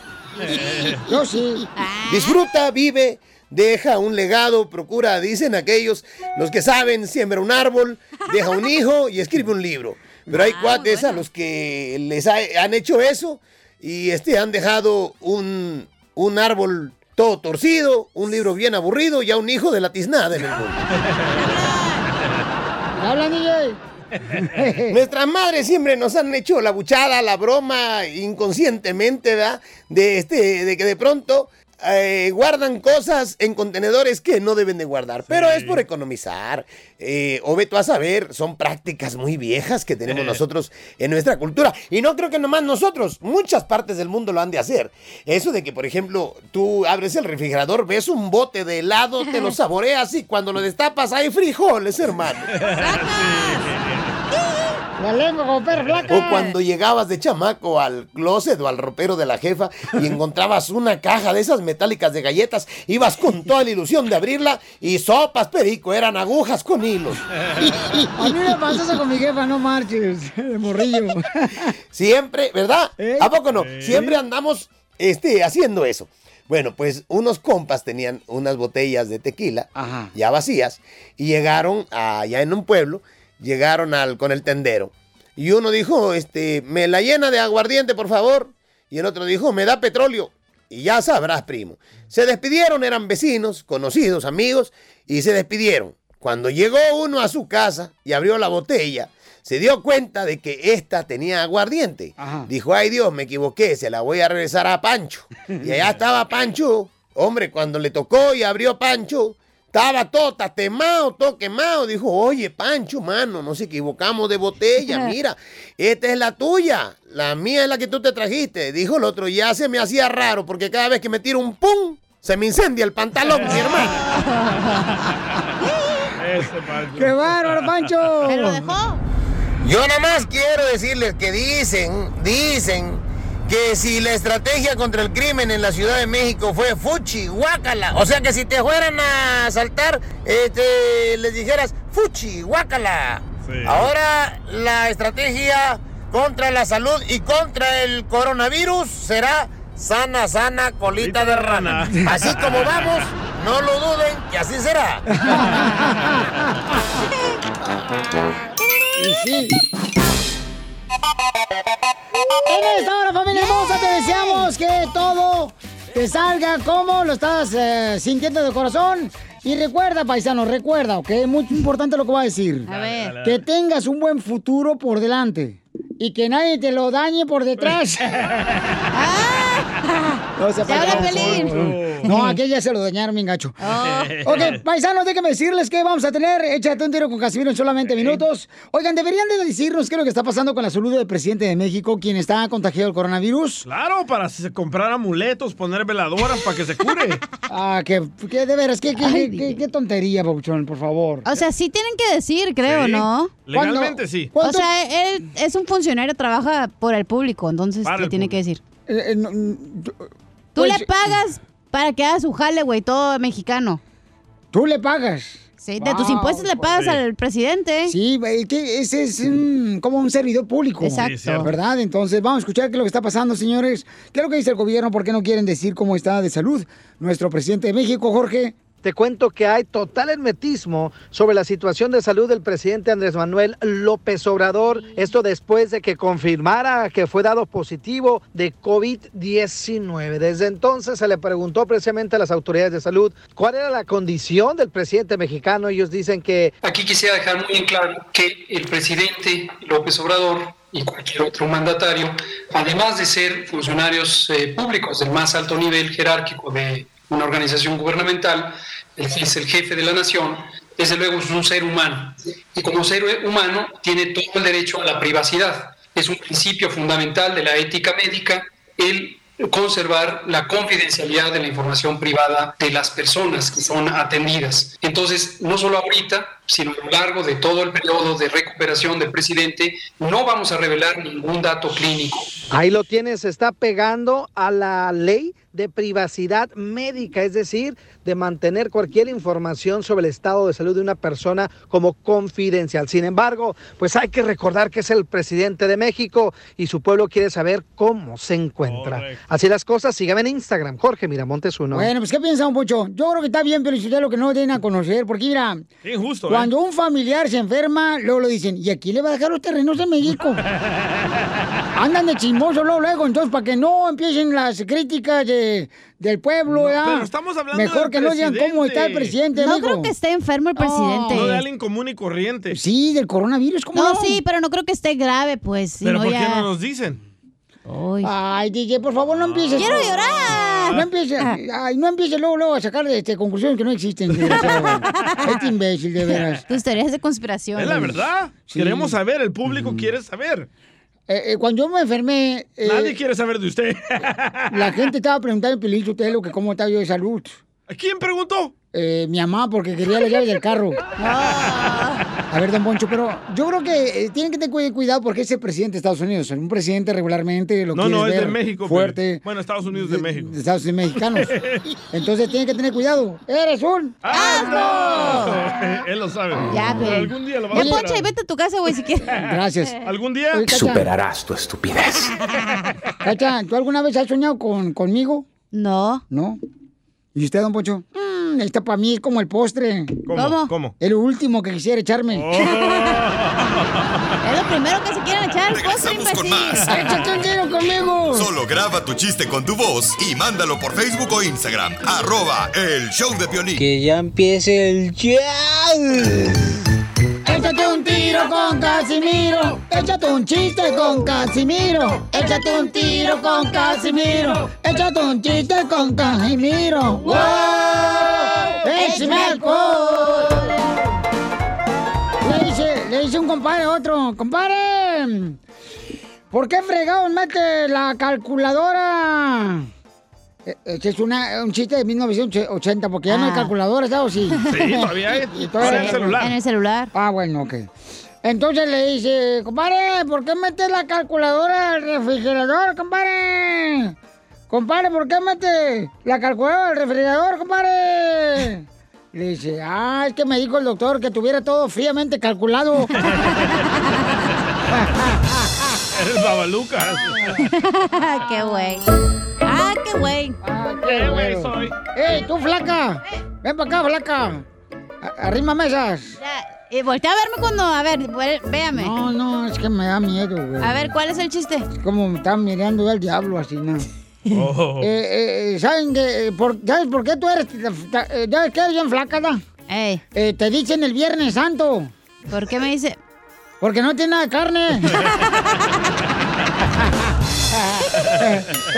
Speaker 1: Yo sí.
Speaker 14: Disfruta, vive, deja un legado, procura, dicen aquellos, los que saben, siembra un árbol, deja un hijo y escribe un libro. Pero hay cuates a los que les ha- han hecho eso y este han dejado un, un árbol todo torcido, un libro bien aburrido y a un hijo de la tiznada en el mundo.
Speaker 1: Habla, DJ.
Speaker 14: Nuestras madres siempre nos han hecho la buchada, la broma, inconscientemente, ¿verdad? De, este, de que de pronto eh, guardan cosas en contenedores que no deben de guardar. Pero es por economizar. Eh, o ve tú a saber, son prácticas muy viejas que tenemos
Speaker 2: Eh.
Speaker 14: nosotros en nuestra cultura. Y no creo que nomás nosotros, muchas partes del mundo lo han de hacer. Eso de que, por ejemplo, tú abres el refrigerador, ves un bote de helado, te lo saboreas y cuando lo destapas hay frijoles, hermano.
Speaker 1: La lengua con perro flaca.
Speaker 14: O cuando llegabas de chamaco al closet o al ropero de la jefa y encontrabas una caja de esas metálicas de galletas, ibas con toda la ilusión de abrirla y sopas, perico, eran agujas con hilos.
Speaker 1: A mí me pasó eso con mi jefa, no marches, de morrillo.
Speaker 14: Siempre, ¿verdad? ¿A poco no? Siempre andamos este, haciendo eso. Bueno, pues unos compas tenían unas botellas de tequila ya vacías y llegaron allá en un pueblo, llegaron al, con el tendero. Y uno dijo, este, me la llena de aguardiente, por favor. Y el otro dijo, me da petróleo. Y ya sabrás, primo. Se despidieron, eran vecinos, conocidos, amigos, y se despidieron. Cuando llegó uno a su casa y abrió la botella, se dio cuenta de que esta tenía aguardiente. Dijo, ay Dios, me equivoqué, se la voy a regresar a Pancho. Y allá estaba Pancho. Hombre, cuando le tocó y abrió Pancho, estaba todo tatemado, todo quemado. Dijo, oye, Pancho, mano, nos equivocamos de botella. Mira, esta es la tuya. La mía es la que tú te trajiste. Dijo el otro, ya se me hacía raro porque cada vez que me tiro un pum, se me incendia el pantalón, mi hermano.
Speaker 2: Ese Este, Pancho.
Speaker 14: ¡Qué bárbaro, Pancho!
Speaker 2: ¿Pero lo dejó?
Speaker 14: Yo nada más quiero decirles que dicen, dicen que si la estrategia contra el crimen en la Ciudad de México fue fuchi, guácala. O sea que si te fueran a asaltar, este, les dijeras fuchi, guácala. Ahora la estrategia contra la salud y contra el coronavirus será sana, sana, colita de rana. Así como vamos, no lo duden que así será.
Speaker 1: En esta hora, familia hermosa, te deseamos que todo te salga como lo estás eh, sintiendo de corazón. Y recuerda, paisano, recuerda, ¿ok? Es muy importante lo que voy a decir.
Speaker 3: A ver. Dale, dale,
Speaker 1: Que
Speaker 3: dale.
Speaker 1: tengas un buen futuro por delante. Y que nadie te lo dañe por detrás. No, se
Speaker 3: Te Ah. habla Oh.
Speaker 1: Pelín. No, aquella se lo dañaron, mi gacho. Ok, paisanos, déjenme decirles que vamos a tener. Échate un tiro con Casimiro en solamente minutos. Oigan, deberían de decirnos qué es lo que está pasando con la salud del presidente de México, quien está contagiado del coronavirus.
Speaker 2: Claro, para si se comprar amuletos, poner veladoras para que se cure.
Speaker 1: Ah, que, que de veras, qué, qué-
Speaker 2: Ay,
Speaker 1: qué- qué- qué tontería, Pabuchón, por favor.
Speaker 3: O sea, sí tienen que decir, creo,
Speaker 1: Sí,
Speaker 3: ¿no?
Speaker 2: legalmente sí.
Speaker 3: O
Speaker 1: ¿Cuánto-
Speaker 3: sea, él es un funcionario, trabaja por el público, entonces,
Speaker 2: Para
Speaker 3: ¿qué
Speaker 2: el
Speaker 3: tiene que decir?
Speaker 1: Eh, eh, no, mm,
Speaker 3: Tú
Speaker 1: Pues-
Speaker 3: le pagas para que haga su jale, güey, todo mexicano.
Speaker 1: ¿Tú le pagas?
Speaker 3: Sí, de tus impuestos le pagas al... presidente.
Speaker 1: Sí, es que ese es un- como un servidor público.
Speaker 3: Exacto. Sí, cierto.
Speaker 1: ¿Verdad? Entonces, vamos a escuchar qué es lo que está pasando, señores. ¿Qué es lo que dice el gobierno? ¿Por qué no quieren decir cómo está de salud nuestro presidente de México, Jorge?
Speaker 5: te cuento que hay total hermetismo sobre la situación de salud del presidente Andrés Manuel López Obrador. Esto después de que confirmara que fue dado positivo de COVID-19. Desde entonces se le preguntó precisamente a las autoridades de salud cuál era la condición del presidente mexicano. Ellos dicen que
Speaker 16: Aquí quisiera dejar muy en claro que el presidente López Obrador y cualquier otro mandatario, además de ser funcionarios eh, públicos del más alto nivel jerárquico de una organización gubernamental, el- es el jefe de la nación, desde luego es un ser humano. Y como ser humano tiene todo el derecho a la privacidad. Es un principio fundamental de la ética médica el conservar la confidencialidad de la información privada de las personas que son atendidas. Entonces, no solo ahorita, sino a lo largo de todo el periodo de recuperación del presidente, no vamos a revelar ningún dato clínico.
Speaker 5: Ahí lo tienes, se está pegando a la ley de privacidad médica, es decir, de mantener cualquier información sobre el estado de salud de una persona como confidencial. Sin embargo, pues hay que recordar que es el presidente de México y su pueblo quiere saber cómo se encuentra. Así las cosas, síganme en Instagram, Jorge Miramontes uno.
Speaker 1: Bueno, pues ¿qué piensa, Don Poncho? Yo creo que está bien, pero si usted lo que no lo den a conocer, porque mira,
Speaker 2: Es justo,
Speaker 1: cuando un familiar se enferma, luego lo dicen, y aquí le va a dejar los terrenos en México. Andan de chismoso luego, luego, entonces para que no empiecen las críticas de- del pueblo, ¿ya?
Speaker 2: pero estamos hablando
Speaker 1: Mejor
Speaker 2: del
Speaker 1: que no digan cómo está el
Speaker 2: presidente.
Speaker 1: presidente,
Speaker 3: No
Speaker 1: mijo.
Speaker 3: creo que esté enfermo el presidente.
Speaker 2: No de alguien común y corriente.
Speaker 1: Sí, del coronavirus, ¿cómo
Speaker 3: No,
Speaker 1: no?
Speaker 3: sí, pero no creo que esté grave, pues. si
Speaker 2: Pero
Speaker 3: no
Speaker 2: ¿por
Speaker 3: ya-
Speaker 2: qué no nos dicen?
Speaker 1: Ay, DJ, por favor, no empieces.
Speaker 3: Quiero llorar.
Speaker 1: No empieces, ay, no empieces luego, luego a sacar este, conclusiones que no existen. desgraciado. este imbécil, de veras.
Speaker 3: Tus teorías de conspiración.
Speaker 2: Es la verdad. Queremos saber, el público quiere saber.
Speaker 1: Eh, eh, cuando yo me enfermé, eh,
Speaker 2: Nadie quiere saber de usted.
Speaker 1: la gente estaba preguntando, Pilín, usted lo que cómo estaba yo de salud.
Speaker 2: ¿Quién preguntó?
Speaker 1: Eh, mi mamá, porque quería la llave del carro.
Speaker 3: Ah.
Speaker 1: A ver, don Poncho, pero yo creo que eh, tienen que tener cu- cuidado porque es el presidente de Estados Unidos. Un presidente regularmente lo
Speaker 2: No,
Speaker 1: quieres
Speaker 2: no, es de
Speaker 1: ver
Speaker 2: México.
Speaker 1: fuerte.
Speaker 2: pero- Bueno, Estados Unidos de, México.
Speaker 1: de Estados Unidos mexicanos.
Speaker 2: pues.
Speaker 1: Entonces tienen que tener cuidado. ¡Eres un
Speaker 2: ¡Ah, no! Él lo sabe.
Speaker 3: Ya,
Speaker 2: Pero
Speaker 3: güey.
Speaker 2: algún día lo va a
Speaker 3: Ya,
Speaker 2: superar.
Speaker 3: Poncho, y vete a tu casa, güey, si quieres.
Speaker 1: Gracias.
Speaker 2: ¿Algún día?
Speaker 1: Oye, Cacha.
Speaker 8: Superarás tu estupidez.
Speaker 1: Cacha, ¿tú alguna vez has soñado con, conmigo?
Speaker 3: No.
Speaker 1: ¿No? ¿Y usted, don Poncho? Mm, esta para mí es como el postre.
Speaker 2: ¿Cómo? ¿Cómo? ¿Cómo?
Speaker 1: El último que quisiera echarme.
Speaker 3: Es lo primero que se quieren echar. Pues,
Speaker 4: Regresamos con más.
Speaker 1: ¡Échate un tiro conmigo!
Speaker 4: Solo graba tu chiste con tu voz y mándalo por Facebook o Instagram. Arroba el show de violín.
Speaker 17: Que ya empiece el
Speaker 1: Échate un tiro con Casimiro. Échate un chiste con Casimiro. Échate un tiro con Casimiro. Échate un chiste con Casimiro. ¡Wow! ¡Échame alcohol! Le dice, le dice un compadre a otro, compadre, ¿por qué fregados mete la calculadora? E- Este es una- un chiste de 1980, porque ya no hay
Speaker 3: Ah.
Speaker 1: calculadora, ¿sabes? Sí,
Speaker 3: Sí, todavía hay.
Speaker 1: Y
Speaker 3: ¿Eh? Ahora en el celular. En el
Speaker 1: celular. Ah, bueno, ok. Entonces le dice, compadre, ¿por qué metes la calculadora al refrigerador, compadre? Compadre, ¿por qué metes la calculadora al refrigerador, compadre? Le dice, ah, es que me dijo el doctor que tuviera todo fríamente calculado.
Speaker 2: El babalucas.
Speaker 3: qué güey. Ah, qué güey.
Speaker 1: Ah, qué güey soy. ¡Ey, tú, flaca! Ven para acá, flaca. A- Arrima mesas.
Speaker 3: Y voltea a verme cuando. A ver, vuel- véame.
Speaker 1: No, no, es que me da miedo, güey.
Speaker 3: A ver, ¿cuál es el chiste?
Speaker 1: Como me están mirando al diablo así, ¿no? Eh, eh, ¿saben de, eh, por, ¿Sabes por qué tú eres? ta- eh, ¿Sabes qué eres bien flaca, da? Eh, te dicen el Viernes Santo.
Speaker 3: ¿Por qué me dice?
Speaker 1: Porque no tiene nada de carne.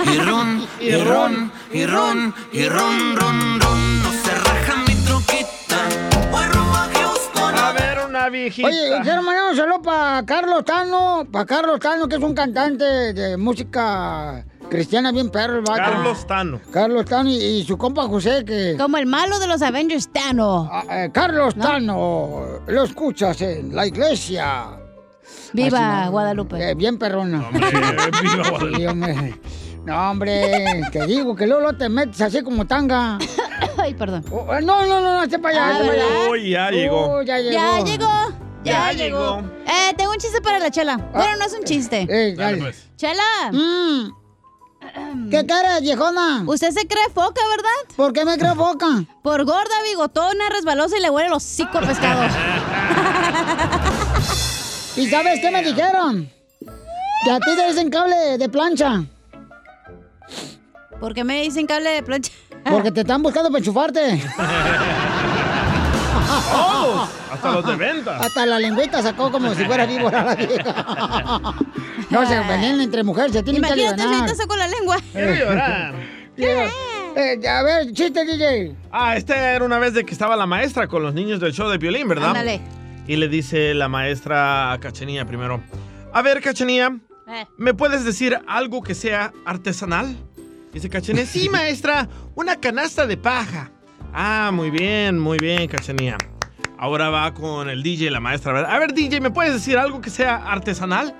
Speaker 8: Y ron, y ron, y ron, y ron, ron, ron. No se raja mi troquita.
Speaker 2: A ver, una viejita.
Speaker 1: Oye, quiero mandar un saludo para Carlos Tano, para Carlos Tano, que es un cantante de música cristiana bien perro el vato.
Speaker 2: Carlos Tano.
Speaker 1: Carlos Tano y, y su compa José, que... Ah, eh,
Speaker 3: Como el malo de los Avengers, Tano.
Speaker 1: Carlos Tano, lo escuchas en la iglesia.
Speaker 3: Viva
Speaker 1: Así,
Speaker 3: Guadalupe.
Speaker 1: eh, bien perrona.
Speaker 2: viva Guadalupe.
Speaker 1: Sí, hombre. No, hombre, te digo que luego luego te metes así como tanga. Oh, eh,
Speaker 3: Ay, perdón.
Speaker 1: no, no, no, este no, hazte para allá. hazte para allá.
Speaker 2: Uy, ya llegó.
Speaker 1: ya llegó.
Speaker 3: Ya llegó.
Speaker 1: Ya
Speaker 3: Ya, llegó.
Speaker 1: Ah.
Speaker 3: Eh, tengo un chiste para la chela. Bueno, no es un chiste.
Speaker 1: Eh,
Speaker 2: Dale, pues.
Speaker 3: Chela.
Speaker 1: ¿Qué cara, viejona?
Speaker 3: Usted se cree foca, ¿verdad?
Speaker 1: ¿Por qué me cree foca?
Speaker 3: Por gorda, bigotona, resbalosa y le huele los cinco pescados.
Speaker 1: ¿Y sabes qué me dijeron? Que a ti te dicen cable de plancha.
Speaker 3: ¿Por qué me dicen cable de plancha?
Speaker 1: Porque te están buscando para enchufarte.
Speaker 2: Todos, hasta los de venta.
Speaker 1: Hasta la lengüita sacó como si fuera víbora la vieja. No se envenenen entre mujeres, se tienen que
Speaker 3: Imagínate si
Speaker 1: alivianar.
Speaker 3: te sacó la lengua.
Speaker 2: Quiero llorar.
Speaker 1: Yeah. Eh, a ver, chiste, DJ.
Speaker 2: Ah, este era una vez de que estaba la maestra con los niños del show de violín, ¿verdad?
Speaker 3: Ándale.
Speaker 2: Y le dice la maestra a Cachenía primero. A ver, Cachenía,
Speaker 3: Eh.
Speaker 2: ¿me puedes decir algo que sea artesanal? Dice Cachenía, sí, maestra, una canasta de paja. Ah, muy bien, muy bien, Cachenía. Ahora va con el DJ la maestra. ¿verdad? A ver, DJ, ¿me puedes decir algo que sea artesanal?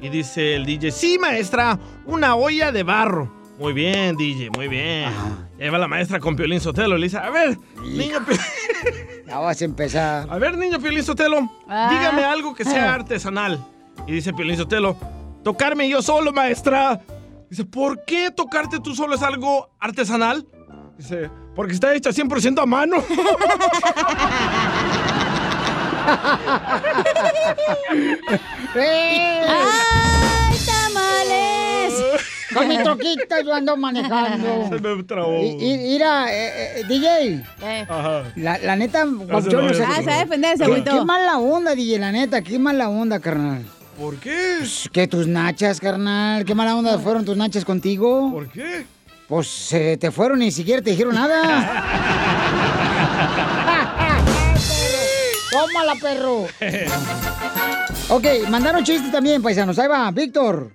Speaker 2: Y dice el DJ, sí, maestra, una olla de barro. Muy bien, DJ, muy bien. Y ahí va la maestra con Piolín Sotelo. Le dice, a ver, niño Piolín.
Speaker 1: Ya vas a empezar.
Speaker 2: A ver, niño Piolín Sotelo,
Speaker 1: Ah.
Speaker 2: dígame algo que sea artesanal. Y dice Piolín Sotelo, tocarme yo solo, maestra. Dice, ¿por qué tocarte tú solo es algo artesanal? Dice, porque está hecha 100% a mano.
Speaker 3: Ah,
Speaker 1: ¡Ay,
Speaker 3: tamales!
Speaker 1: Con mi troquita yo ando manejando.
Speaker 2: Se me trabó.
Speaker 1: Y- y- Mira, eh, eh, DJ.
Speaker 2: Ajá.
Speaker 1: La, la neta,
Speaker 2: se
Speaker 1: yo no
Speaker 2: va,
Speaker 1: sé.
Speaker 2: ya se Ah, se va a defender,
Speaker 1: Qué-
Speaker 2: segurito.
Speaker 1: Qué mala onda, DJ, la neta, qué mala onda, carnal. Pues,
Speaker 2: ¿Por qué?
Speaker 1: Que tus nachas, carnal. Qué mala onda fueron tus nachas contigo.
Speaker 2: ¿Por qué?
Speaker 1: Pues se te fueron y ni siquiera te dijeron nada. Tómala, perro. Ok, mandaron chistes también, paisanos. Ahí va, Víctor.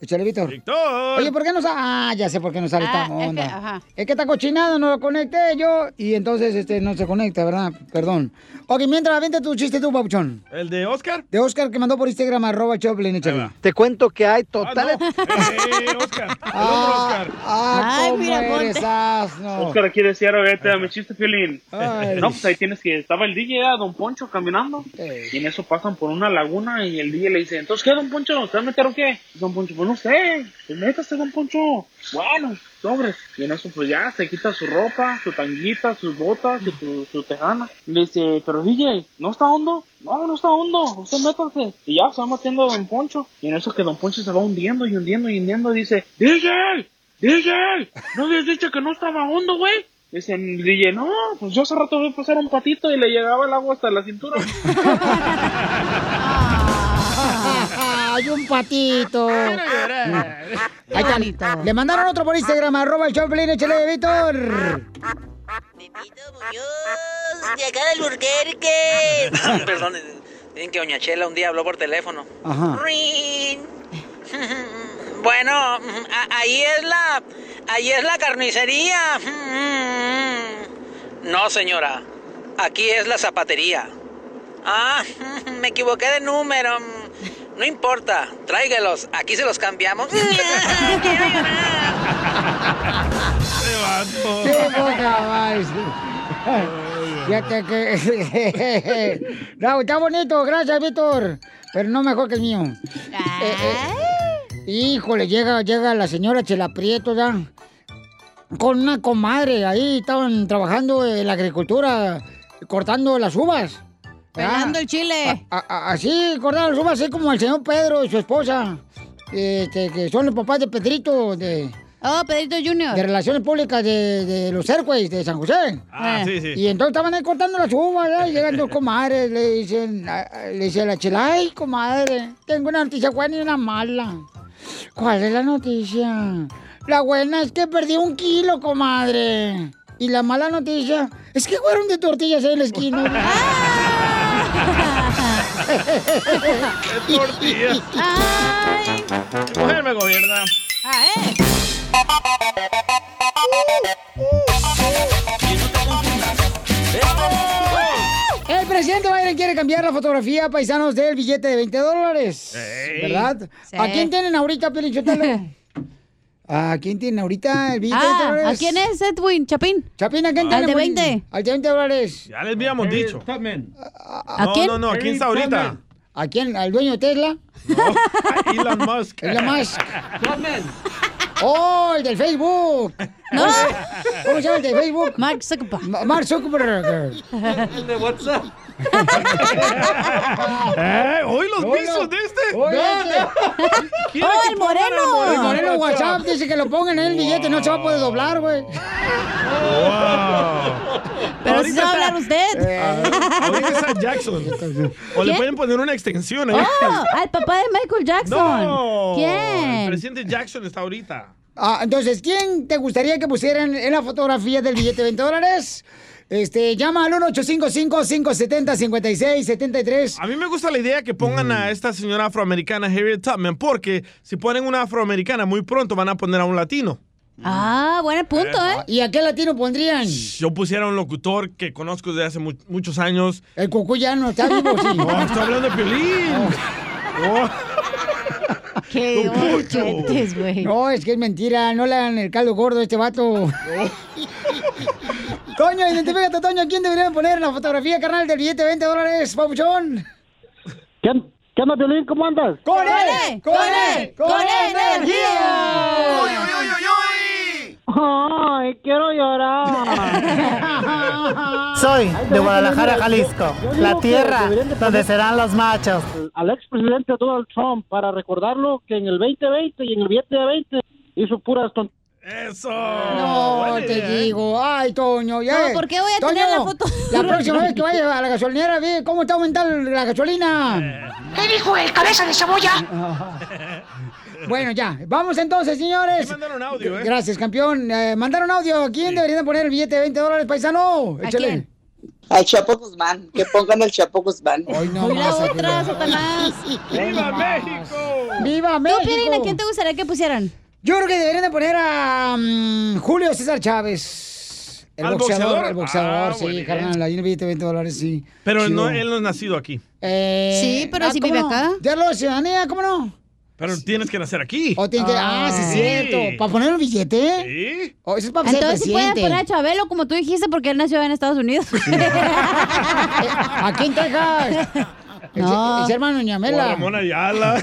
Speaker 1: Échale, Víctor.
Speaker 2: ¡Víctor!
Speaker 1: Oye, ¿por qué no sale? Ah, ya sé por qué no sale
Speaker 3: Ah,
Speaker 1: esta
Speaker 3: es que,
Speaker 1: onda.
Speaker 3: ajá.
Speaker 1: Es que está cochinado, no lo conecté yo. Y entonces este no se conecta, ¿verdad? Perdón. Ok, mientras, vente tu chiste tú, Papuchón.
Speaker 2: ¿El de Oscar?
Speaker 1: De Oscar que mandó por Instagram, arroba Choplin, échale.
Speaker 5: Te cuento que hay totales...
Speaker 1: Ah, ah,
Speaker 5: Ay,
Speaker 1: cómo
Speaker 5: Miramonte.
Speaker 1: eres asno.
Speaker 17: Oscar quiere decir, a ver, te da mi chiste, Piolín.
Speaker 1: Ay.
Speaker 17: No, pues ahí tienes que... Estaba el DJ, era Don Poncho, caminando. Y en eso pasan por una laguna y el DJ le dice, entonces, ¿qué, Don Poncho? ¿Te vas a meter o qué? Don Poncho, pues no sé. Pues métase, Don Poncho. Bueno, sobres. Y en eso, pues ya, se quita su ropa, su tanguita, sus botas, su, su, su tejana. Y le dice, pero DJ, ¿no está hondo? No, no está hondo. Usted métase. Y ya, se va metiendo Don Poncho. Y en eso que Don Poncho se va hundiendo y hundiendo y hundiendo, y dice, DJ, DJ, ¿no habías dicho que no estaba hondo, güey? Dice el DJ, no, pues yo hace rato vi pasar un patito y le llegaba el agua hasta la cintura.
Speaker 1: Hay un patito. Ahí está. Le mandaron otro por Instagram, arroba el Choplin, échale, Víctor.
Speaker 18: De acá del Burgerque. Perdón, dicen que Doña Chela un día habló por teléfono.
Speaker 1: Ajá.
Speaker 18: Rin. Bueno, a- ahí es la. Ahí es la carnicería. mm, No, señora. Aquí es la zapatería. Ah, me equivoqué de número. Mm, No importa, tráigalos. Aquí se los cambiamos.
Speaker 1: ¡Qué poca más! Fíjate que. no, está bonito, gracias, Víctor. Pero no mejor que el mío. Eh, eh, Híjole, llega, llega la señora Chela Prieto ya. Con una comadre, ahí estaban trabajando en la agricultura, cortando las uvas.
Speaker 3: Pelando el
Speaker 1: chile. así, cortando las uvas, así como el señor Pedro y su esposa. Este, que son los papás de Pedrito, de.
Speaker 3: Oh, Pedrito Junior.
Speaker 1: De Relaciones Públicas de, de los Airways de San José.
Speaker 3: Ah, sí, sí.
Speaker 1: Y entonces estaban ahí cortando las uvas, ¿verdad? Y llegan dos comadres, le dicen, a- a- le dice a la chela, ay, comadre, tengo una noticia buena y una mala. ¿Cuál es la noticia? La buena es que perdí un kilo, comadre. Y la mala noticia es que fueron de tortillas ahí en la esquina.
Speaker 2: ¡Qué tortillas! Mi mujer me gobierna.
Speaker 1: El presidente Biden quiere cambiar la fotografía, paisanos, del billete de 20 dólares.
Speaker 2: Eh.
Speaker 8: Ey.
Speaker 1: Ah, ¿Verdad?
Speaker 8: Sí.
Speaker 1: ¿A quién tienen ahorita, Pelichotelo? ¿A quién tienen ahorita el billete de 20
Speaker 3: Ah,
Speaker 1: dólares?
Speaker 3: ¿a quién es Edwin? ¿Chapín?
Speaker 1: ¿Chapín a quién tiene?
Speaker 3: Al de
Speaker 1: Piolín?
Speaker 3: 20.
Speaker 1: Al de 20 dólares.
Speaker 2: Ya les habíamos dicho.
Speaker 3: ¿A
Speaker 2: no,
Speaker 3: quién?
Speaker 2: no, no, aquí
Speaker 3: Harry
Speaker 2: está ahorita.
Speaker 1: ¿A quién? ¿Al dueño de Tesla?
Speaker 2: Elon Musk.
Speaker 1: Elon Musk. ¡Oh, el del Facebook!
Speaker 3: No.
Speaker 1: ¿Cómo se llama el de Facebook? Mark Zuckerberg. Mark Zuckerberg.
Speaker 8: El de WhatsApp.
Speaker 2: Eh, hoy los pisos de este.
Speaker 1: Oye,
Speaker 2: No,
Speaker 1: este.
Speaker 3: ¡Oh,
Speaker 2: ¿Quiere que pongan al moreno
Speaker 1: El moreno
Speaker 2: en
Speaker 1: en
Speaker 2: WhatsApp?
Speaker 1: WhatsApp dice que lo pongan en el billete, no se va a poder doblar, güey.
Speaker 2: Ah.
Speaker 3: Pero si
Speaker 2: Oh. Ahorita
Speaker 3: sabe
Speaker 2: está-
Speaker 3: hablar usted.
Speaker 1: Eh.
Speaker 2: Ahorita está Jackson. O le
Speaker 3: ¿Quién?
Speaker 2: pueden poner una extensión ahí.
Speaker 3: Oh, al papá de Michael Jackson.
Speaker 2: No. El
Speaker 3: ¿Quién?
Speaker 2: presidente Jackson está ahorita.
Speaker 1: Ah, entonces, ¿quién te gustaría que pusieran en la fotografía del billete de 20 dólares? Este, llama al 1-855-570-5673.
Speaker 2: A mí me gusta la idea que pongan a esta señora afroamericana Harriet Tubman, porque si ponen una afroamericana muy pronto van a poner a un latino.
Speaker 3: Ah, buen punto, ¿eh?
Speaker 1: Mm. ¿Y a qué latino pondrían?
Speaker 2: Yo pusiera un locutor que conozco desde hace mu- muchos años.
Speaker 1: El cucuyano, ¿está vivo? Sí.
Speaker 2: No, estoy hablando de Piolín. Oh.
Speaker 1: ¿Qué? No, es que es mentira, no le hagan el caldo gordo a este vato. Toño, identifícate, Toño, ¿a quién deberían poner en la fotografía, carnal, del billete de 20 dólares, papuchón?
Speaker 19: ¿Qué, qué onda, Piolín? ¿Cómo andas?
Speaker 1: ¡Con él! ¡Con él! ¡Con energía!
Speaker 19: ¡Uy, uy, uy, uy, ay quiero llorar!
Speaker 20: Soy de Guadalajara, Jalisco, la tierra donde serán los machos.
Speaker 19: Al expresidente Donald Trump para recordarlo que en el 2020 y en el billete de 20 hizo puras tonterías.
Speaker 2: Eso.
Speaker 1: No, te
Speaker 8: ¿eh?
Speaker 1: digo. Ay, Toño, ya.
Speaker 19: No, ¿por qué voy a tener la foto?
Speaker 1: La próxima vez que vaya a la gasolinera, ve cómo está aumentando la gasolina. ¿Qué dijo el cabeza de cebolla? Bueno, ya. Vamos entonces, señores. mandaron
Speaker 2: audio,
Speaker 8: ¿eh?
Speaker 1: Gracias, campeón. Eh, mandaron audio. ¿Quién deberían poner el billete de 20 dólares, paisano?
Speaker 21: ¿A
Speaker 1: Échale.
Speaker 21: quién? Al Chapo Guzmán, que pongan al Chapo Guzmán.
Speaker 1: Hoy no
Speaker 21: la
Speaker 1: más,
Speaker 21: otra,
Speaker 1: Akira.
Speaker 21: Satanás.
Speaker 1: ¡Viva
Speaker 2: México!
Speaker 1: ¡Viva
Speaker 21: México!
Speaker 3: ¿Tú, Piolín, a quién te gustaría que pusieran?
Speaker 1: Yo creo que deberían de poner a mm, Julio César Chávez. El
Speaker 2: ¿Al
Speaker 1: boxeador,
Speaker 2: boxeador?
Speaker 1: el boxeador,
Speaker 2: Ah, buena
Speaker 1: sí,
Speaker 2: idea.
Speaker 1: carnal. Ahí un billete de 20 dólares, sí.
Speaker 2: Pero
Speaker 1: Chido.
Speaker 2: no, él no es nacido aquí.
Speaker 1: Eh,
Speaker 3: Sí, pero si
Speaker 1: ¿cómo
Speaker 3: vive
Speaker 1: no?
Speaker 3: acá.
Speaker 1: Ya lo de ciudadanía, ¿cómo no?
Speaker 2: Pero tienes que nacer aquí.
Speaker 1: O tiene que- ah, sí, es cierto. ¿Para poner un billete?
Speaker 2: Sí.
Speaker 1: O eso es para ser
Speaker 3: Pues Entonces sí pueden
Speaker 1: presidente. Eh,
Speaker 3: poner a Chabelo, como tú dijiste, porque él nació en Estados Unidos.
Speaker 1: Aquí en Texas.
Speaker 3: No.
Speaker 1: Es, es hermano
Speaker 2: O a
Speaker 1: Ñamela.
Speaker 2: Ramón Ayala.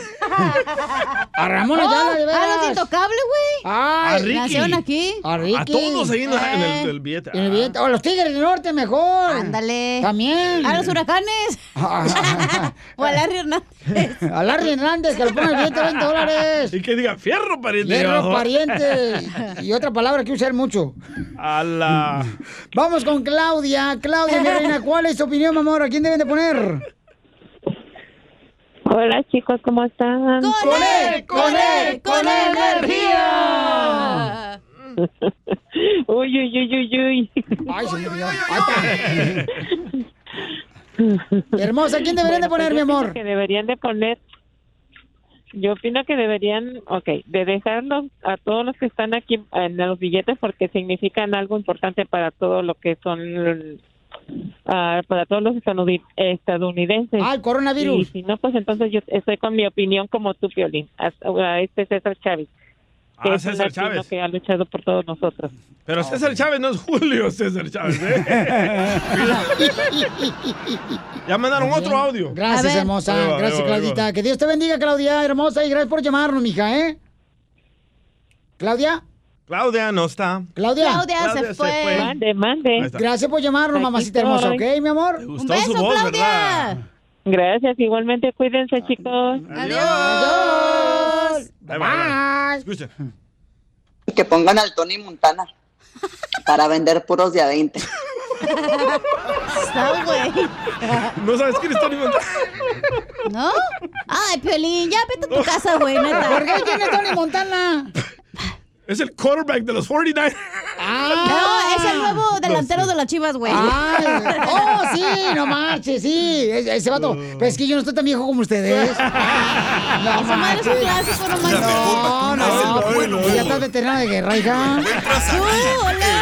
Speaker 1: A Ramón Ayala, de veras.
Speaker 3: A Oh, ah, los intocables, güey.
Speaker 1: Ay,
Speaker 2: A Ricky.
Speaker 3: Nacieron aquí. Eh.
Speaker 1: A Ricky.
Speaker 2: A todos ahí en, la- en el, del billete.
Speaker 1: En el billete. O los Tigres del Norte, mejor.
Speaker 3: Ándale.
Speaker 1: También.
Speaker 3: A los huracanes.
Speaker 1: Ah.
Speaker 3: o a Larry Hernández.
Speaker 1: A Larry Hernández, que le ponga el billete de 20 dólares.
Speaker 2: Y que diga fierro pariente.
Speaker 1: Hierro
Speaker 2: abajo.
Speaker 1: pariente. Y otra palabra que usar mucho.
Speaker 2: A la.
Speaker 1: Vamos con Claudia. Claudia, mi reina, ¿cuál es tu opinión, mi amor? ¿A quién deben de poner?
Speaker 19: Hola chicos, ¿cómo están?
Speaker 8: ¡Con él! ¡Con él! ¡Con energía!
Speaker 19: uy, uy, uy, uy, uy.
Speaker 1: Ay, se me olvidó. Ahí está. Hermosa, ¿quién deberían de
Speaker 19: Bueno, pues
Speaker 1: poner, mi
Speaker 19: yo opino
Speaker 1: amor?
Speaker 19: Que deberían de poner, yo opino que deberían, ok, de dejarlos a todos los que están aquí en los billetes porque significan algo importante para todo lo que son, ah, para todos los estaduni- estadounidenses.
Speaker 1: Ah, el coronavirus.
Speaker 19: Y si no, pues entonces yo estoy con mi opinión como tú, Piolín, a, a este César Chávez. que
Speaker 2: Ah,
Speaker 19: es un
Speaker 2: César
Speaker 19: latino
Speaker 2: Chávez.
Speaker 19: Que ha luchado por todos nosotros.
Speaker 2: Pero César Chávez no es Julio César Chávez. ¿eh? ya mandaron otro audio.
Speaker 1: Gracias, hermosa.
Speaker 2: Ahí va, ahí
Speaker 1: gracias,
Speaker 2: va, ahí va.
Speaker 1: Claudita. Que Dios te bendiga, Claudia, hermosa, y gracias por llamarnos, mija, ¿eh? ¿Claudia?
Speaker 2: Claudia no está.
Speaker 1: ¿Claudia?
Speaker 2: Claudia se Claudia se fue. fue. Mande,
Speaker 19: mande.
Speaker 2: Ahí está.
Speaker 1: Gracias por llamarnos,
Speaker 19: Aquí
Speaker 1: mamacita hermosa, ¿ok,
Speaker 19: estoy.
Speaker 1: mi amor?
Speaker 19: Te gustó Un su beso, voz, Claudia. ¿verdad? Gracias, igualmente cuídense chicos.
Speaker 21: Adiós.
Speaker 2: Ahí va, ahí
Speaker 1: Ah,
Speaker 2: va. Escucha.
Speaker 21: Que pongan al Tony Montana para vender puros de a 20.
Speaker 3: Está, güey.
Speaker 2: ¿No sabes quién está ni
Speaker 3: ¿No? Ay, Piolín, ya vete a tu casa, güey, neta.
Speaker 1: ¿Por qué? ¿Quién es Tony Montana?
Speaker 2: Es el quarterback de los
Speaker 3: No,
Speaker 2: 49.
Speaker 3: es el
Speaker 1: Ah.
Speaker 3: nuevo Oh, delantero
Speaker 2: No, sí.
Speaker 3: de las chivas, güey.
Speaker 1: Ay, oh, sí, no marches, sí. es- Ese vato. Pero es que yo no estoy tan viejo como ustedes. No
Speaker 3: Esa madre es un clásico, no manches.
Speaker 1: No, no, no. Ya estás veterano de guerra, hija.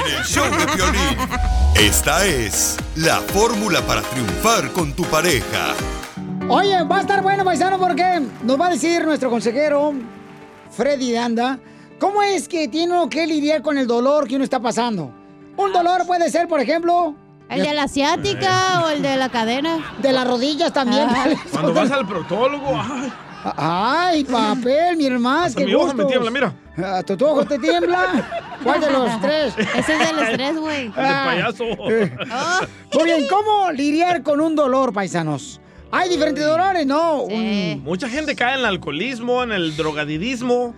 Speaker 4: El show de Piolín. Esta es la fórmula para triunfar con tu pareja.
Speaker 1: Oye, va a estar bueno, paisano, porque nos va a decir nuestro consejero, Freddy Danda, cómo es que tiene uno que lidiar con el dolor que uno está pasando. Un dolor puede ser, por ejemplo,
Speaker 3: Ah.
Speaker 1: Eh.
Speaker 3: ¿El de la asiática o el de la cadena? Ah.
Speaker 1: De las rodillas también.
Speaker 2: Cuando vas al proctólogo, ay,
Speaker 1: Ay, papel, mi hermano.
Speaker 2: mi ojo me tiembla, mira.
Speaker 1: ¿A tu ojo te tiembla? ¿Cuál de los tres?
Speaker 3: Ese es del estrés, güey. El del payaso.
Speaker 1: eh. Muy bien, ¿cómo lidiar con un dolor, paisanos? Hay diferentes dolores, ¿no? Un-
Speaker 2: mucha gente cae en el alcoholismo, en el drogadidismo.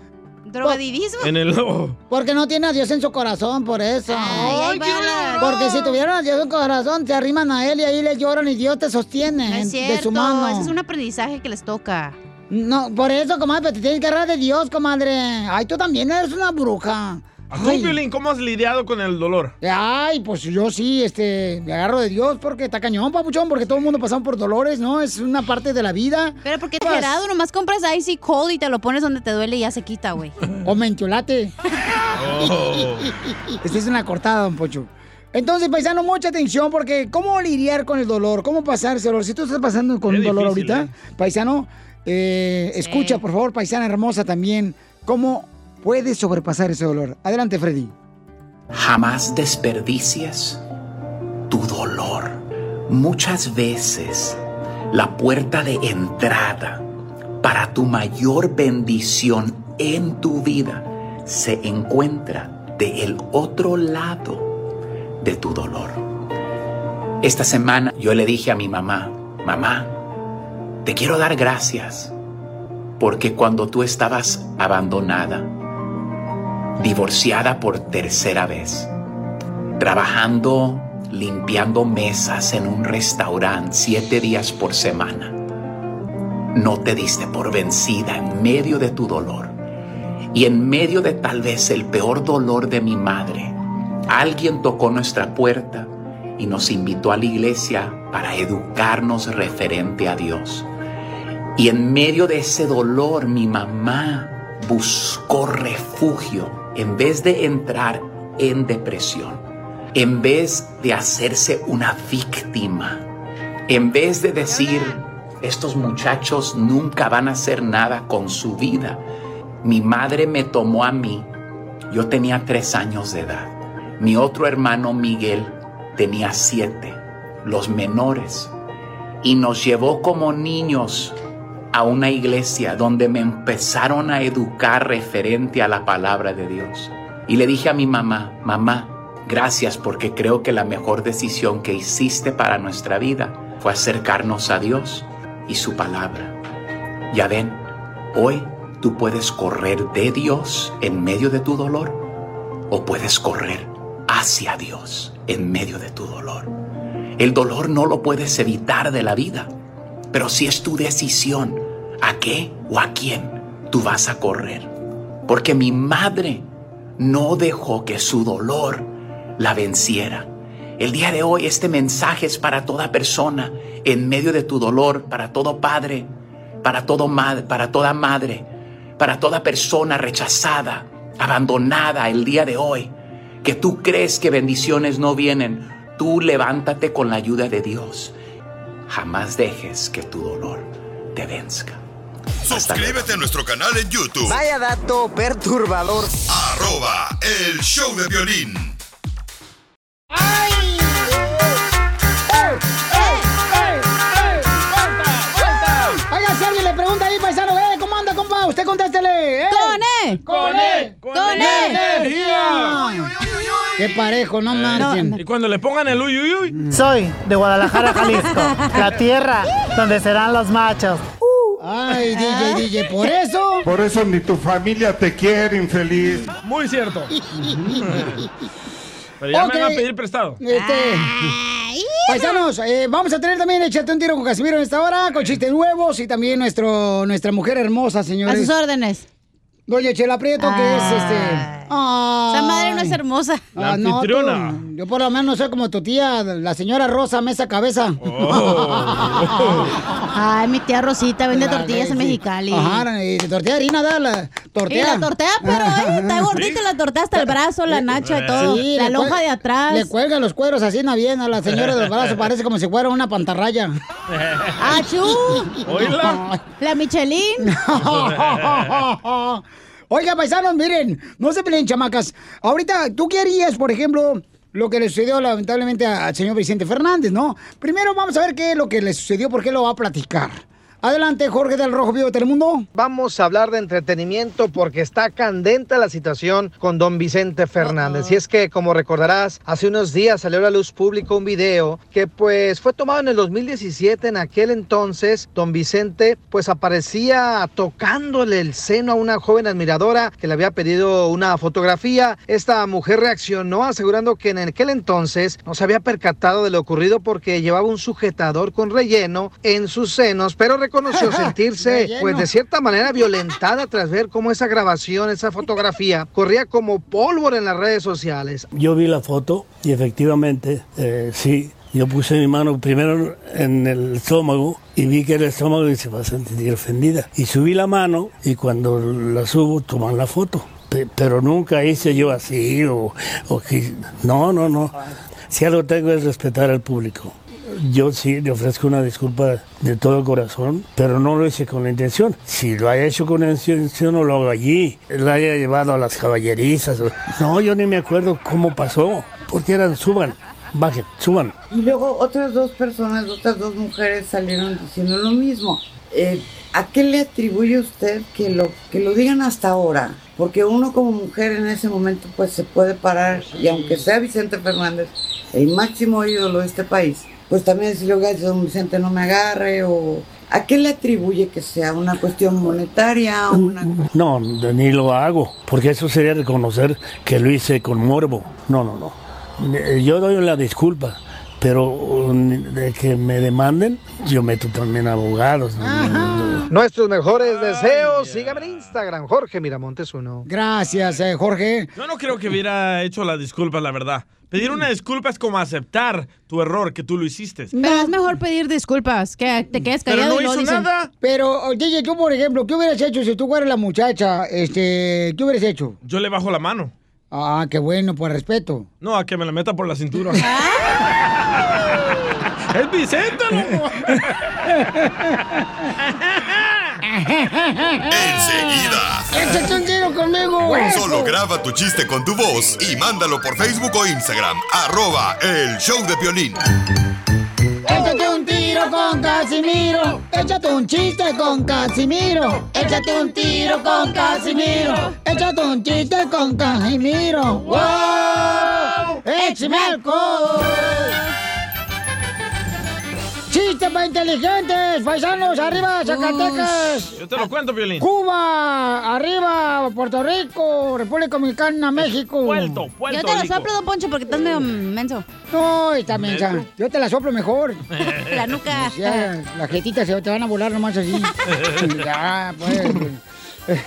Speaker 3: ¿Drogadidismo?
Speaker 2: En el oh. ojo.
Speaker 1: Porque no tiene a Dios en su corazón, por eso.
Speaker 3: Ay, ahí va la-
Speaker 1: Porque si tuvieran a Dios en su corazón, se arriman a él y ahí le lloran y Dios te sostiene
Speaker 3: No
Speaker 1: en-
Speaker 3: es
Speaker 1: de su
Speaker 3: cierto,
Speaker 1: mano.
Speaker 3: ese es un aprendizaje que les toca.
Speaker 1: No, por eso, comadre, pero te tienes que agarrar de Dios, comadre. Ay, tú también eres una bruja.
Speaker 2: ¿A tú, Piolín, cómo has lidiado con el dolor?
Speaker 1: Ay, pues yo sí, este, me agarro de Dios porque está cañón, papuchón, porque todo el mundo pasamos por dolores, ¿no? Es una parte de la vida.
Speaker 3: Pero porque
Speaker 1: Pues-
Speaker 3: exagerado, nomás compras Icy Cold y te lo pones donde te duele y ya se quita, güey.
Speaker 1: O mentiolate. Esta Este es una cortada, don Pocho. Entonces, paisano, mucha atención porque ¿cómo lidiar con el dolor? ¿Cómo pasar ese dolor? Si tú estás pasando con
Speaker 20: Qué
Speaker 1: un dolor
Speaker 20: difícil,
Speaker 1: ahorita, paisano, eh, escucha, por favor, paisana hermosa también, ¿cómo puedes sobrepasar ese dolor? Adelante, Freddy.
Speaker 22: Jamás desperdicies tu dolor. Muchas veces la puerta de entrada para tu mayor bendición en tu vida se encuentra del otro lado de tu dolor. Esta semana yo le dije a mi mamá, mamá, te quiero dar gracias porque cuando tú estabas abandonada, divorciada por tercera vez, trabajando limpiando mesas en un restaurante siete días por semana. No te diste por vencida en medio de tu dolor y en medio de tal vez el peor dolor de mi madre. Alguien tocó nuestra puerta y nos invitó a la iglesia para educarnos referente a Dios. Y en medio de ese dolor mi mamá buscó refugio en vez de entrar en depresión, en vez de hacerse una víctima, en vez de decir, estos muchachos nunca van a hacer nada con su vida. Mi madre me tomó a mí, yo tenía tres años de edad. Mi otro hermano Miguel tenía siete, los menores y nos llevó como niños a una iglesia donde me empezaron a educar referente a la palabra de Dios. Y le dije a mi mamá, mamá, gracias porque creo que la mejor decisión que hiciste para nuestra vida fue acercarnos a Dios y su palabra. Ya ven, hoy tú puedes correr de Dios en medio de tu dolor o puedes correr hacia Dios en medio de tu dolor. El dolor no lo puedes evitar de la vida, pero si es tu decisión a qué o a quién tú vas a correr. Porque mi madre no dejó que su dolor la venciera. El día de hoy este mensaje es para toda persona en medio de tu dolor, para todo padre, para todo madre, para toda madre, para toda persona rechazada, abandonada el día de hoy, que tú crees que bendiciones no vienen, tú levántate con la ayuda de Dios. Jamás dejes que tu dolor te venzca.
Speaker 4: Suscríbete a nuestro canal en YouTube.
Speaker 22: Vaya dato perturbador.
Speaker 4: Arroba el show de violín.
Speaker 1: ¡Eh! Oiga, si alguien le pregunta ahí, paisano, eh, ¿cómo anda, compa? Usted contéstele. eh.
Speaker 3: ¡Con E!
Speaker 1: ¡Con E!
Speaker 3: ¡Con E!
Speaker 2: energía!
Speaker 1: Qué parejo, no marchen.
Speaker 2: Y cuando le pongan el uy, uy, uy.
Speaker 20: Soy de Guadalajara, Jalisco, la tierra donde serán los machos.
Speaker 1: Ay, DJ, DJ, por eso.
Speaker 6: Por eso ni tu familia te quiere, infeliz.
Speaker 2: Muy cierto. Pero ya
Speaker 1: Ok.
Speaker 2: me van a pedir prestado. Ah.
Speaker 1: Este, paisanos, eh, vamos a tener también Échate un tiro con Casimiro en esta hora, con chistes nuevos y también nuestro, nuestra mujer hermosa, señores.
Speaker 3: A sus órdenes. Ah.
Speaker 1: Doña Chela Prieto, que es este. Esa
Speaker 3: madre no es hermosa.
Speaker 2: La
Speaker 1: Ah, no, tú,
Speaker 2: anfitriona.
Speaker 1: yo por lo menos no soy como tu tía, la señora Rosa Mesa Cabeza.
Speaker 2: Oh.
Speaker 3: Ay, mi tía Rosita vende tortillas en Mexicali.
Speaker 1: Ajá, y tortilla de harina, da la
Speaker 3: Y
Speaker 1: tortilla.
Speaker 3: la tortea, pero eh, está gordita la tortea hasta el brazo, la nacha, todo.
Speaker 1: Sí,
Speaker 3: la
Speaker 1: le
Speaker 3: lonja
Speaker 1: cuel-
Speaker 3: de atrás.
Speaker 1: Le cuelgan los cueros así, no bien, a la señora de los brazos, parece como si fuera una pantarraya.
Speaker 3: ¡Achú!
Speaker 1: Oíla.
Speaker 3: La Michelin.
Speaker 1: Oiga, paisanos, miren, no se peleen, chamacas. Ahorita, ¿tú qué harías, por ejemplo, lo que le sucedió lamentablemente a- al señor Vicente Fernández, ¿no? Primero vamos a ver qué es lo que le sucedió, por qué lo va a platicar. Adelante, Jorge del Rojo Vivo de Telemundo.
Speaker 5: Vamos a hablar de entretenimiento porque está candente la situación con don Vicente Fernández. Y es que, como recordarás, hace unos días salió a la luz pública un video que pues fue tomado en el 2017. En aquel entonces, don Vicente pues aparecía tocándole el seno a una joven admiradora que le había pedido una fotografía. Esta mujer reaccionó asegurando que en aquel entonces no se había percatado de lo ocurrido porque llevaba un sujetador con relleno en sus senos, pero reconoció sentirse
Speaker 6: Relleno.
Speaker 5: pues de cierta manera violentada tras ver cómo esa grabación, esa fotografía corría como pólvora en las redes sociales.
Speaker 6: Yo vi la foto y efectivamente, eh, sí, yo puse mi mano primero en el estómago y vi que el estómago y se va a sentir ofendida. Y subí la mano y cuando la subo toman la foto. Pe- Pero nunca hice yo así o, o que- No, no, no. Si algo tengo es respetar al público. Yo sí le ofrezco una disculpa de todo corazón, pero no lo hice con la intención. Si lo haya hecho con la intención, no lo hago allí. La haya llevado a las caballerizas. o- No, yo ni me acuerdo cómo pasó. Porque eran, suban, bajen, suban.
Speaker 7: Y luego otras dos personas, otras dos mujeres salieron diciendo lo mismo. Eh, ¿A qué le atribuye usted que lo, que lo digan hasta ahora? Porque uno como mujer en ese momento pues se puede parar y aunque sea Vicente Fernández, el máximo ídolo de este país, pues también decirle, oiga, don Vicente no me agarre o... ¿A qué le atribuye que sea una cuestión monetaria? Una...
Speaker 6: No, ni lo hago, porque eso sería reconocer que lo hice con morbo. No, no, no. Eh, Yo doy la disculpa, pero um, de que me demanden, yo meto también abogados. ¿no?
Speaker 5: Nuestros mejores deseos. Sígame en Instagram, Jorge Miramontes uno.
Speaker 1: Gracias, eh, Jorge.
Speaker 2: Yo no creo que hubiera hecho las disculpas, la verdad. Pedir una disculpa es como aceptar tu error, que tú lo hiciste.
Speaker 3: Pero es mejor pedir disculpas, que te quedes
Speaker 2: Pero
Speaker 3: callado
Speaker 2: no
Speaker 3: y
Speaker 2: hizo
Speaker 3: dicen.
Speaker 2: nada.
Speaker 1: Pero, oh, DJ, tú, por ejemplo, ¿qué hubieras hecho si tú fueras la muchacha? Este, ¿Qué hubieras hecho?
Speaker 2: Yo le bajo la mano.
Speaker 1: Ah, qué bueno, por respeto.
Speaker 2: No, a que me la meta por la cintura.
Speaker 1: Ah.
Speaker 2: ¡Es Vicente, loco!
Speaker 4: Enseguida.
Speaker 1: ¡Échate un tiro conmigo!
Speaker 4: Solo graba tu chiste con tu voz y mándalo por Facebook o Instagram. Arroba el show de Piolín.
Speaker 1: Échate un tiro con Casimiro. Échate un chiste con Casimiro. Échate un tiro con Casimiro. Échate un chiste con Casimiro. ¡Wow! ¡Échame alcohol! ¡Chistes para inteligentes! ¡Paisanos, arriba, Zacatecas!
Speaker 2: Yo te lo cuento, Violín.
Speaker 1: Cuba, arriba, Puerto Rico, República Dominicana, México.
Speaker 2: Puerto,
Speaker 3: Yo te lo soplo, don Poncho, porque estás medio menso.
Speaker 1: No, está mensa.
Speaker 3: Menso.
Speaker 1: Yo te la soplo mejor.
Speaker 3: La nuca.
Speaker 1: Ya, las jetitas se te van a volar nomás así. ya, pues.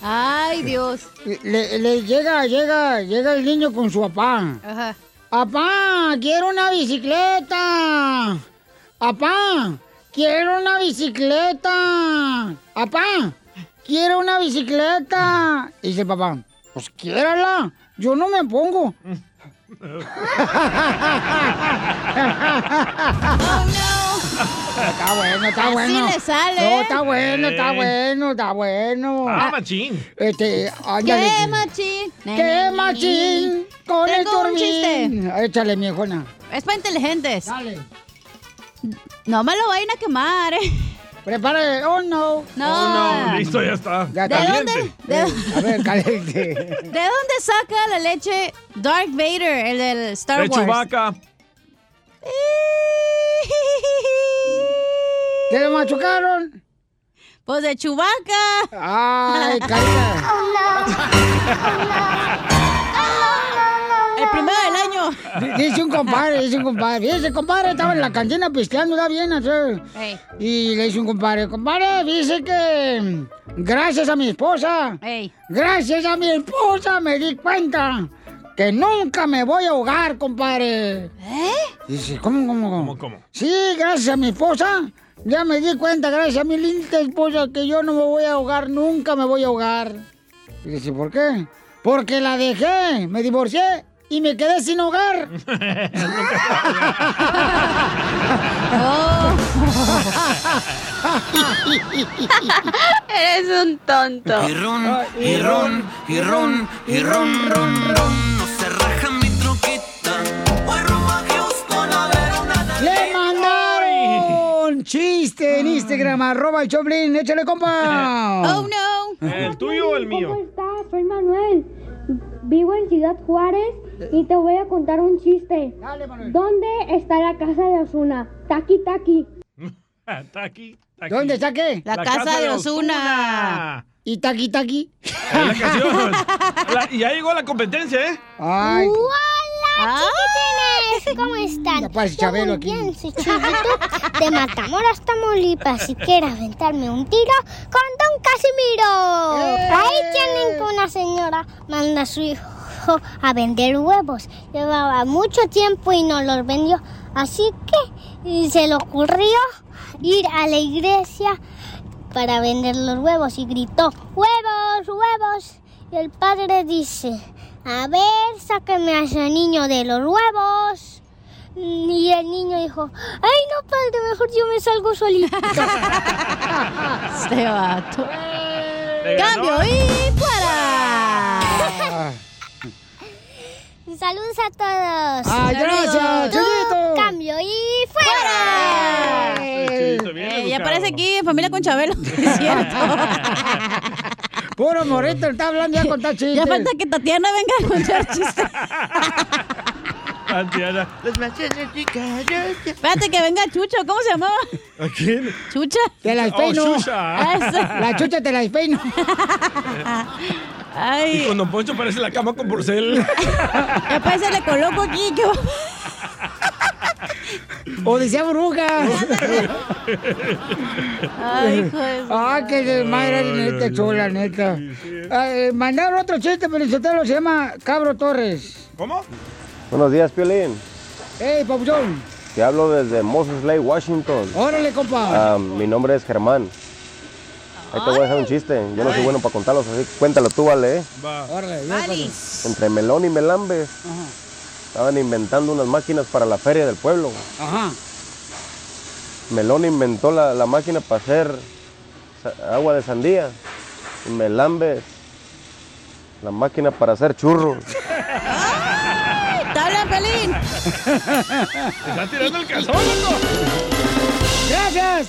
Speaker 3: Ay, Dios.
Speaker 1: Le, le llega, llega, llega el niño con su papá.
Speaker 3: Ajá.
Speaker 1: Papá, quiero una bicicleta. Papá, quiero una bicicleta. Papá, quiero una bicicleta. Y dice el papá, pues quiérala. Yo no me pongo. Está bueno, está
Speaker 23: Así
Speaker 1: bueno.
Speaker 23: le sale.
Speaker 1: No, está bueno, está
Speaker 23: Eh.
Speaker 1: bueno, está bueno.
Speaker 2: Ah, machín.
Speaker 1: Este, ándale.
Speaker 3: ¿Qué, machín?
Speaker 1: ¿Qué machín? Con el
Speaker 3: Tengo un
Speaker 1: turbín.
Speaker 3: chiste.
Speaker 1: Échale, mi hijona.
Speaker 3: Es para inteligentes. Dale. No me lo vayan a quemar, eh.
Speaker 1: Prepárate. Oh, no.
Speaker 3: No.
Speaker 2: No, listo, ya está.
Speaker 3: ¿De dónde? ¿De,
Speaker 1: A ver, caliente.
Speaker 3: de dónde saca la leche Dark Vader, el del Star
Speaker 2: De
Speaker 3: Wars?
Speaker 2: Chewbacca.
Speaker 1: ¿Te lo machucaron?
Speaker 3: Pues de Chewbacca.
Speaker 1: Ay, calla.
Speaker 3: El primero del año.
Speaker 1: D- Dice un compadre, dice un compadre. Ese compadre estaba en la cantina pisteando, da bien. o sea,
Speaker 3: Ey.
Speaker 1: Y le dice un compadre, compadre, dice que gracias a mi esposa, gracias a mi esposa me di cuenta que nunca me voy a ahogar, compadre. ¿Eh? Dice, ¿cómo, cómo, cómo? Sí, gracias a mi esposa. Ya me di cuenta, gracias a mi linda esposa, que yo no me voy a ahogar, nunca me voy a ahogar. Y dice, ¿por qué? Porque la dejé, me divorcié y me quedé sin hogar.
Speaker 24: Oh. Eres un tonto.
Speaker 23: Y ron, y ron, y ron, y ron, ron, ron, no
Speaker 1: Instagram, arroba el Choplin, échale compa.
Speaker 3: Oh, no.
Speaker 2: ¿El tuyo o el mío?
Speaker 25: ¿Cómo estás? Soy Manuel. Vivo en Ciudad Juárez y te voy a contar un chiste. ¿Dónde está la casa de Osuna? Taqui, taqui.
Speaker 2: Ah, Está aquí. está aquí.
Speaker 1: ¿Dónde está qué?
Speaker 2: La La casa casa de de Ozuna. Ozuna.
Speaker 1: ¿Y taqui, taqui?
Speaker 2: Ahí la canción. La- y ya llegó la competencia, ¿eh?
Speaker 1: Ay.
Speaker 26: ¡Hola, chiquitines! ¿Cómo están?
Speaker 1: parece Chabelo aquí.
Speaker 26: bien, soy Chivito de Matamoros, Tamaulipas. Si quieres aventarme un tiro con Don Casimiro. Ahí tienen que una señora manda a su hijo a vender huevos. Llevaba mucho tiempo y no los vendió. Así que y se le ocurrió ir a la iglesia para vender los huevos y gritó, huevos, huevos. Y el padre dice, a ver, sáqueme a ese niño de los huevos. Y el niño dijo, ay no, padre, mejor yo me salgo solito.
Speaker 3: Este vato.
Speaker 26: Le ganó.
Speaker 3: ¡Cambio y fuera!
Speaker 26: Saludos a todos.
Speaker 1: Ay, gracias,
Speaker 26: Tú,
Speaker 1: Chuyito.
Speaker 26: Cambio y
Speaker 1: Ah,
Speaker 26: fuera.
Speaker 3: Eh, ya aparece aquí familia con Chabelo. Es cierto.
Speaker 1: Puro morito, está hablando ya con chistes.
Speaker 3: Ya falta que Tatiana venga a contar chistes.
Speaker 2: Tatiana.
Speaker 3: Espérate que venga Chucho, ¿cómo se llamaba?
Speaker 2: ¿A quién?
Speaker 3: ¿Chucha? Ah,
Speaker 1: Te la despeino.
Speaker 2: Oh, chucha.
Speaker 3: Esa.
Speaker 1: La chucha te la despeino.
Speaker 2: Y con Don Poncho parece la cama con porcel.
Speaker 3: Después se le coloco aquí. que-
Speaker 1: O decía bruja.
Speaker 3: Ay, hijo de su
Speaker 1: Ah, qué desmadre,
Speaker 3: Ay,
Speaker 1: neta,
Speaker 3: ay,
Speaker 1: chula, neta. Eh, mandaron otro chiste, pero se llama Cabro Torres.
Speaker 2: ¿Cómo?
Speaker 11: Buenos días, Piolín.
Speaker 1: ¡Ey, Papuchón!
Speaker 11: Te hablo desde Moses Lake, Washington.
Speaker 1: ¡Órale, compa!
Speaker 11: Ah, mi nombre es Germán. Ahí te voy a dejar un chiste. Yo no soy bueno para contarlos, así que cuéntalo tú, vale. ¿eh?
Speaker 1: ¡Órale,
Speaker 11: Entre Melón y Melambes estaban inventando unas máquinas para la feria del pueblo.
Speaker 1: Ajá.
Speaker 11: Melón inventó la, la máquina para hacer sa- agua de sandía. Y Melambes, la máquina para hacer churros.
Speaker 3: ¡Dale, Pelín!
Speaker 2: Está tirando el calzón, loco.
Speaker 1: ¡Gracias!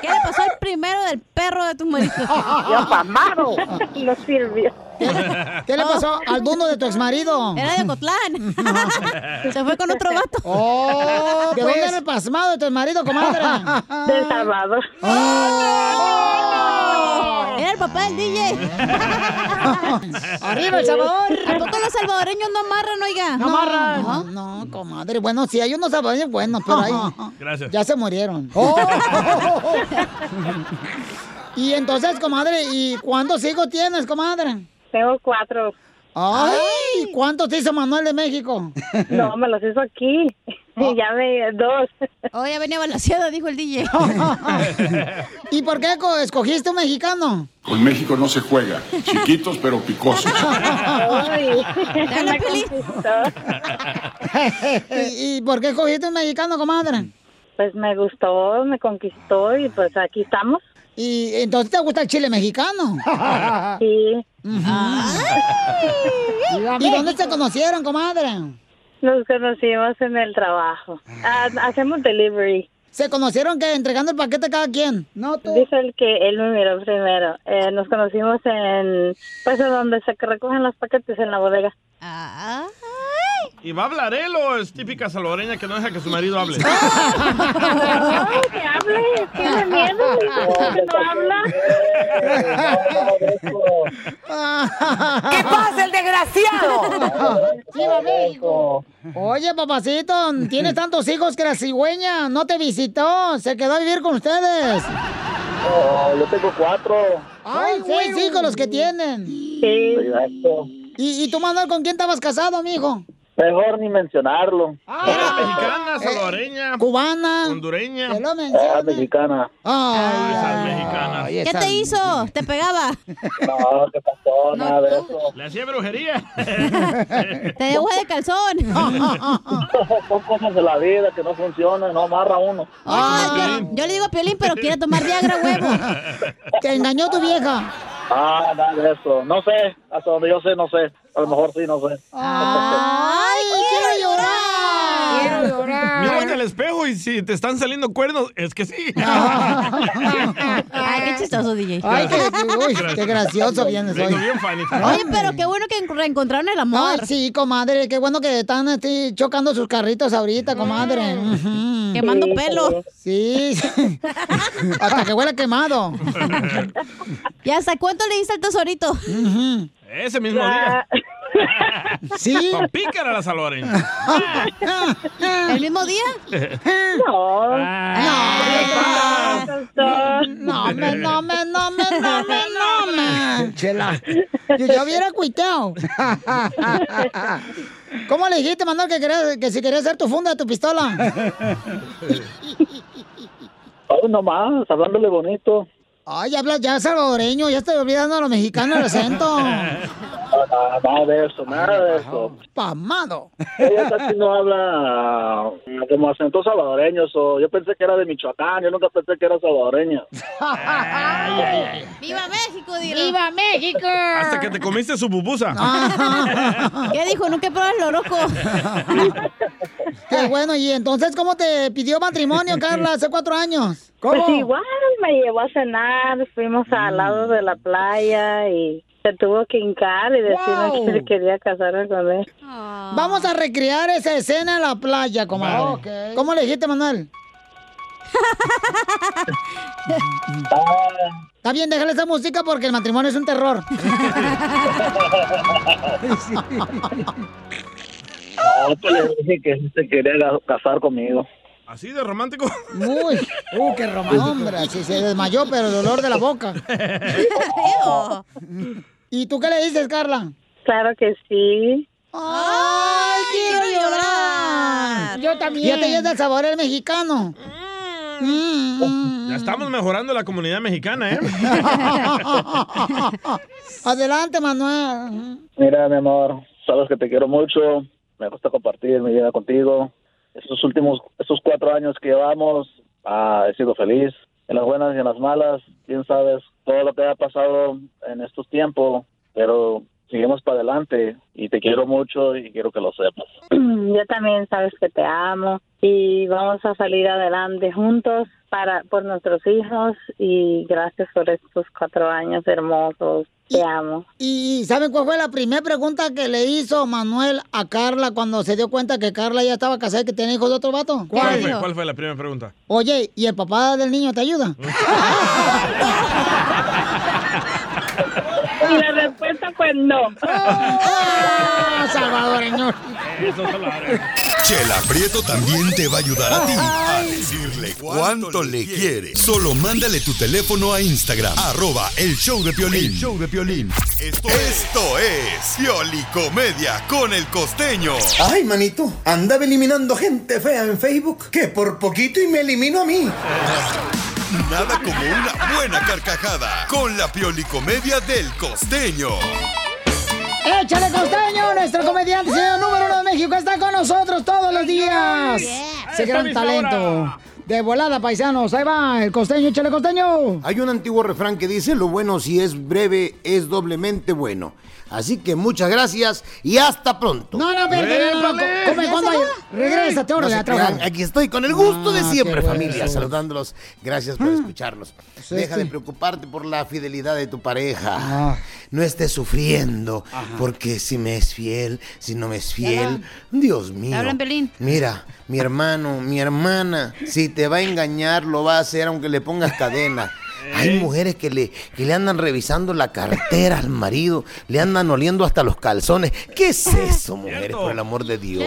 Speaker 3: ¿Qué le pasó al primero del perro de tu marido?
Speaker 27: Yo mamado.
Speaker 1: No sirvió. ¿Qué le pasó al dundo de tu exmarido?
Speaker 3: Oh. Era de Cotlán. Se fue con otro vato.
Speaker 1: Oh, ¿De dónde era el pasmado de tu exmarido, comadre?
Speaker 27: Del Salvador.
Speaker 1: ¡Oh!
Speaker 27: ¡Oh!
Speaker 3: Era el papá del DJ.
Speaker 1: ¡Arriba, El Salvador!
Speaker 3: ¿A poco los salvadoreños no amarran, oiga?
Speaker 1: No amarran. No, no, comadre. Bueno, sí, hay unos salvadoreños buenos, pero ahí
Speaker 2: Gracias.
Speaker 1: ya se murieron. y entonces, comadre, ¿y cuántos hijos tienes, comadre?
Speaker 27: Tengo cuatro.
Speaker 1: Ay, ¿cuántos te hizo Manuel de México?
Speaker 27: No, me los hizo aquí. Y ya me dos.
Speaker 3: Oh, ya venía balanceada, dijo el DJ.
Speaker 1: ¿Y por qué co- escogiste un mexicano?
Speaker 6: Con México no se juega. Chiquitos pero picosos.
Speaker 27: Me
Speaker 1: ¿Y, y por qué escogiste un mexicano, comadre?
Speaker 27: Pues me gustó, me conquistó y pues aquí estamos.
Speaker 1: Y entonces te gusta el chile mexicano.
Speaker 27: Sí.
Speaker 1: ¿Y dónde se conocieron, comadre?
Speaker 27: Nos conocimos en el trabajo. Ah, hacemos delivery.
Speaker 1: ¿Se conocieron que entregando el paquete a cada quien? No, tú.
Speaker 27: Dijo el que él me miró primero. Eh, nos conocimos en, pues, donde se recogen los paquetes en la bodega.
Speaker 2: ¿Y va a hablar él o es típica salvadoreña que no deja que su marido hable?
Speaker 27: ¡Ay, que hable! ¡Tiene miedo! que no habla!
Speaker 1: ¿Qué pasa, el desgraciado? ¡Viva México! Oye, papacito, tienes tantos hijos que la cigüeña no te visitó, se quedó a vivir con ustedes.
Speaker 28: Oh, yo tengo cuatro.
Speaker 1: ¡Ay, seis hijos los que tienen!
Speaker 27: Sí.
Speaker 28: Exacto.
Speaker 1: ¿Y, y tú, Manuel, con quién estabas casado, mijo?
Speaker 28: Mejor ni mencionarlo.
Speaker 2: Mexicana, salvadoreña.
Speaker 1: Eh, Cubana.
Speaker 2: Hondureña.
Speaker 1: Que lo mencionen.
Speaker 28: Ah, mexicana.
Speaker 1: Ay,
Speaker 2: esas mexicanas.
Speaker 3: ¿Qué te hizo? ¿Te pegaba?
Speaker 28: No, ¿qué pasó? Nada de eso.
Speaker 2: Le hacía brujería.
Speaker 3: ¿Te dejó de calzón? oh,
Speaker 28: Son cosas de la vida que no funcionan, no amarra uno.
Speaker 3: Ah, yo, yo le digo a Piolín, pero quiere tomar Viagra huevo.
Speaker 1: Te engañó tu vieja.
Speaker 28: Ah, nada de eso. No sé, hasta donde yo sé, no sé. A lo mejor sí, no sé.
Speaker 1: ¡Ay, quiero llorar! Quiero
Speaker 2: Mírate al espejo y si te están saliendo cuernos, es que sí.
Speaker 3: Ay, qué chistoso, DJ.
Speaker 1: Ay, qué, uy, qué gracioso vienes hoy.
Speaker 2: Vengo bien, Fanny.
Speaker 3: Oye, pero qué bueno que reencontraron el amor.
Speaker 1: Ay, sí, comadre, qué bueno que están así, chocando sus carritos ahorita, comadre. Ujú.
Speaker 3: Mm. Quemando pelo.
Speaker 1: Sí. Hasta que huela quemado.
Speaker 3: ¿Y hasta cuánto le diste al tesorito?
Speaker 2: Ese mismo día.
Speaker 1: Sí.
Speaker 2: Con pícara la salvadoreña.
Speaker 3: ¿El mismo día?
Speaker 27: No.
Speaker 2: Ah,
Speaker 1: No me, no me, no me, no me, no me. Chela. Yo, yo hubiera cuiteado. ¿Cómo le dijiste, Manuel, que, querías- que si querías hacer tu funda de tu pistola?
Speaker 28: Ay, nomás, hablándole bonito.
Speaker 1: Ay, hablas ya salvadoreño, ya estoy olvidando a los mexicanos el acento.
Speaker 28: Ah, Nada de eso, nada de eso.
Speaker 1: Pamado.
Speaker 28: Ella casi no habla ah, como acento salvadoreño. so, Yo pensé que era de Michoacán, yo nunca pensé que era salvadoreña.
Speaker 1: Ah.
Speaker 3: ¡Viva México, dile!
Speaker 1: ¡Viva México!
Speaker 2: Hasta que te comiste su pupusa.
Speaker 3: ¿Qué dijo? Nunca pruebas lo loco.
Speaker 1: Qué bueno, y entonces, ¿cómo te pidió matrimonio, Carla, hace cuatro años?
Speaker 27: Pues
Speaker 1: ¿Cómo?
Speaker 27: igual me llevó a cenar, fuimos
Speaker 1: Mm.
Speaker 27: al lado de la playa y se tuvo que hincar y decirme
Speaker 1: Wow.
Speaker 27: que quería casarme con él.
Speaker 1: Vamos a recrear esa escena en la playa, comadre. ¿Cómo le dijiste, Manuel? Está bien, déjale esa música porque el matrimonio es un terror.
Speaker 28: No, pues le dije que se quería ga- casar conmigo.
Speaker 2: Así de romántico.
Speaker 1: Muy. Uh, qué romántico. Hombre, así se desmayó, pero el olor de la boca. ¿Y tú qué le dices, Carla?
Speaker 27: Claro que sí.
Speaker 1: ¡Ay, quiero llorar! Yo también. Ya te llenas el sabor el mexicano. Mm.
Speaker 2: Ya estamos mejorando la comunidad mexicana, ¿eh?
Speaker 1: Adelante, Manuel.
Speaker 28: Mira, mi amor, sabes que te quiero mucho. Me gusta compartir mi vida contigo. Estos últimos, estos cuatro años que llevamos, ah, he sido feliz. En las buenas y en las malas, quién sabes todo lo que ha pasado en estos tiempos, pero seguimos para adelante y te quiero mucho y quiero que lo sepas.
Speaker 27: Yo también sabes que te amo y vamos a salir adelante juntos para por nuestros hijos y gracias por estos cuatro años hermosos. Te amo.
Speaker 1: ¿Y saben cuál fue la primera pregunta que le hizo Manuel a Carla cuando se dio cuenta que Carla ya estaba casada y que tenía hijos de otro vato?
Speaker 2: ¿Cuál fue, cuál fue la primera pregunta?
Speaker 1: Oye, ¿y el papá del niño te ayuda?
Speaker 27: Y la respuesta fue no.
Speaker 1: Ah, salvadoreño.
Speaker 4: Chela Prieto también te va a ayudar a ti a decirle cuánto le quiere. Solo mándale tu teléfono a Instagram, arroba el show de Piolín. show de Piolín. Esto, esto es Pioli Comedia con el costeño.
Speaker 12: Ay, manito, andaba eliminando gente fea en Facebook que por poquito y me elimino a mí.
Speaker 4: Nada como una buena carcajada con la Pioli Comedia del costeño.
Speaker 1: ¡Échale costeño! Nuestro comediante, señor número uno de México, está con nosotros todos los días. Ese gran
Speaker 8: Esa
Speaker 1: talento.
Speaker 8: emisora.
Speaker 1: De volada, paisanos. Ahí va, el costeño, échale costeño.
Speaker 14: Hay un antiguo refrán que dice, lo bueno si es breve es doblemente bueno. Así que muchas gracias y hasta pronto.
Speaker 1: No, no, espérate, no, no, no,
Speaker 14: ¡Épale!
Speaker 1: come, cuando Regrésate, órale,
Speaker 14: No se
Speaker 1: a trabajar.
Speaker 14: crean, Aquí estoy con el gusto de
Speaker 1: Ah,
Speaker 14: siempre,
Speaker 1: qué
Speaker 14: familia,
Speaker 1: bueno. Ah.
Speaker 14: saludándolos. Gracias por escucharnos.
Speaker 1: sí,
Speaker 14: Deja de
Speaker 1: sí.
Speaker 14: preocuparte por la fidelidad de tu pareja. No estés sufriendo, porque si me es fiel, si no me es fiel, Dios mío.
Speaker 15: hablan, Pelín.
Speaker 14: Mira, mi hermano, mi hermana, si te va a engañar, lo va a hacer aunque le pongas cadena. Hay mujeres que le, que le andan revisando la cartera al marido, le andan oliendo hasta los calzones. ¿Qué es eso, mujeres, por el amor de Dios?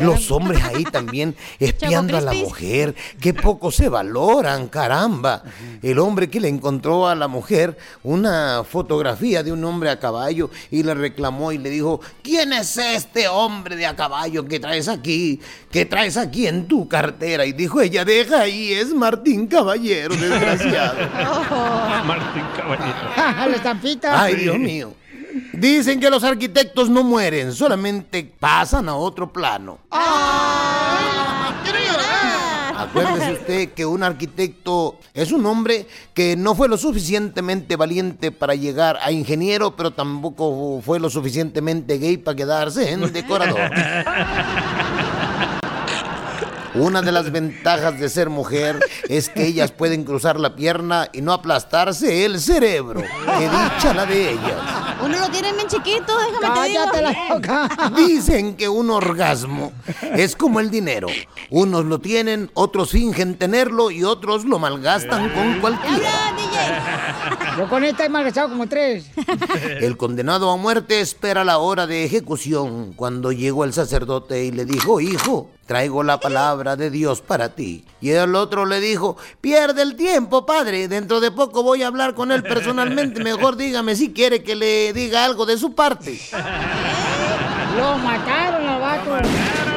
Speaker 14: Los hombres ahí también espiando a la mujer. Qué poco se valoran, caramba. El hombre que le encontró a la mujer una fotografía de un hombre a caballo y le reclamó y le dijo, ¿quién es este hombre de a caballo que traes aquí? ¿Qué traes aquí en tu cartera? Y dijo ella, deja ahí, es Martín Caballero, desgraciado.
Speaker 2: Martín Caballero.
Speaker 1: La estampita.
Speaker 14: Ay, Dios mío. Dicen que los arquitectos no mueren, solamente pasan a otro plano. Acuérdese usted que un arquitecto es un hombre que no fue lo suficientemente valiente para llegar a ingeniero, pero tampoco fue lo suficientemente gay para quedarse en decorador. Una de las ventajas de ser mujer es que ellas pueden cruzar la pierna y no aplastarse el cerebro. ¡Qué dicha la de ellas!
Speaker 15: Uno lo tiene bien chiquito, déjame
Speaker 14: Cállate
Speaker 15: te digo.
Speaker 14: la boca. Dicen que un orgasmo es como el dinero. Unos lo tienen, otros fingen tenerlo y otros lo malgastan con cualquiera.
Speaker 1: Yo con esta he malgastado como tres.
Speaker 14: El condenado a muerte espera la hora de ejecución cuando llegó el sacerdote y le dijo, hijo, traigo la palabra de Dios para ti. Y el otro le dijo, pierde el tiempo, padre, dentro de poco voy a hablar con él personalmente, mejor dígame si quiere que le diga algo de su parte.
Speaker 1: Lo mataron al vato.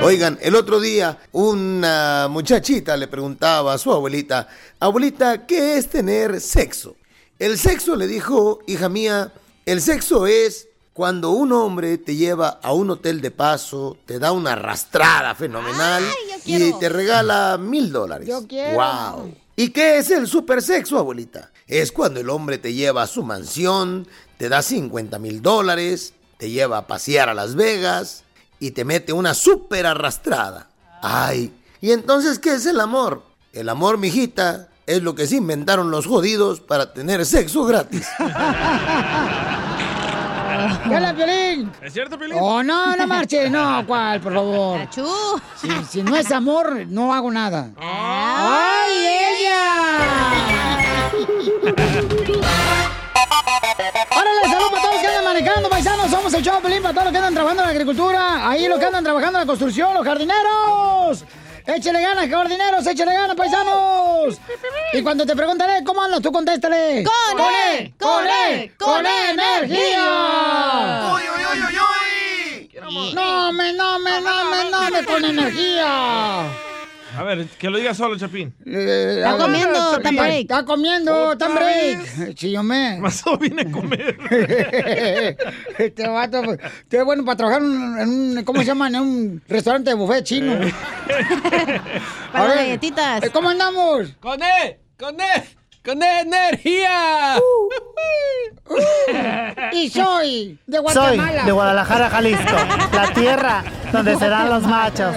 Speaker 14: Oigan, el otro día una muchachita le preguntaba a su abuelita, abuelita, ¿qué es tener sexo? El sexo le dijo, hija mía, el sexo es cuando un hombre te lleva a un hotel de paso, te da una arrastrada fenomenal y te regala mil dólares.
Speaker 1: Yo quiero.
Speaker 14: ¡Wow! ¿Y qué es el supersexo, abuelita? Es cuando el hombre te lleva a su mansión, te da 50 mil dólares, te lleva a pasear a Las Vegas y te mete una super arrastrada. ¡Ay! ¿Y entonces qué es el amor? El amor, mijita, es lo que se inventaron los jodidos para tener sexo gratis.
Speaker 1: ¡Hola, Piolín!
Speaker 2: ¿Es cierto, Piolín?
Speaker 1: Oh, no, no marche, no, cuál, por favor. Si, si no es amor, no hago nada.
Speaker 2: Ah.
Speaker 1: ¡Ay, ella! ¡Órale, salud para todos los que andan manejando, paisanos! Somos el show de Piolín para todos los que andan trabajando en la agricultura, ahí los que andan trabajando en la construcción, los jardineros. Échale ganas, jardineros, échale ganas, paisanos. Y cuando te preguntaré cómo andas, tú contéstale.
Speaker 8: Con
Speaker 1: él!
Speaker 8: E, con E, con E energía.
Speaker 1: ¡Uy, uy, uy, uy, uy! No me, no me, no me, no me con energía.
Speaker 2: A ver, que lo diga solo, Chapín.
Speaker 1: Eh, Está comiendo, está break. Está comiendo, está break. Chillomé.
Speaker 2: Pasó, vine a comer.
Speaker 1: Este vato, pues, qué bueno para trabajar en un- en un, ¿cómo se llama? En un restaurante de buffet chino.
Speaker 8: Para
Speaker 1: A
Speaker 8: las
Speaker 1: ver,
Speaker 8: galletitas.
Speaker 1: eh, ¿Cómo andamos?
Speaker 8: Con E, con E, con E energía.
Speaker 1: Uh. Y soy de
Speaker 20: Soy
Speaker 1: Guatemala.
Speaker 20: de Guadalajara, Jalisco, la tierra donde serán los machos.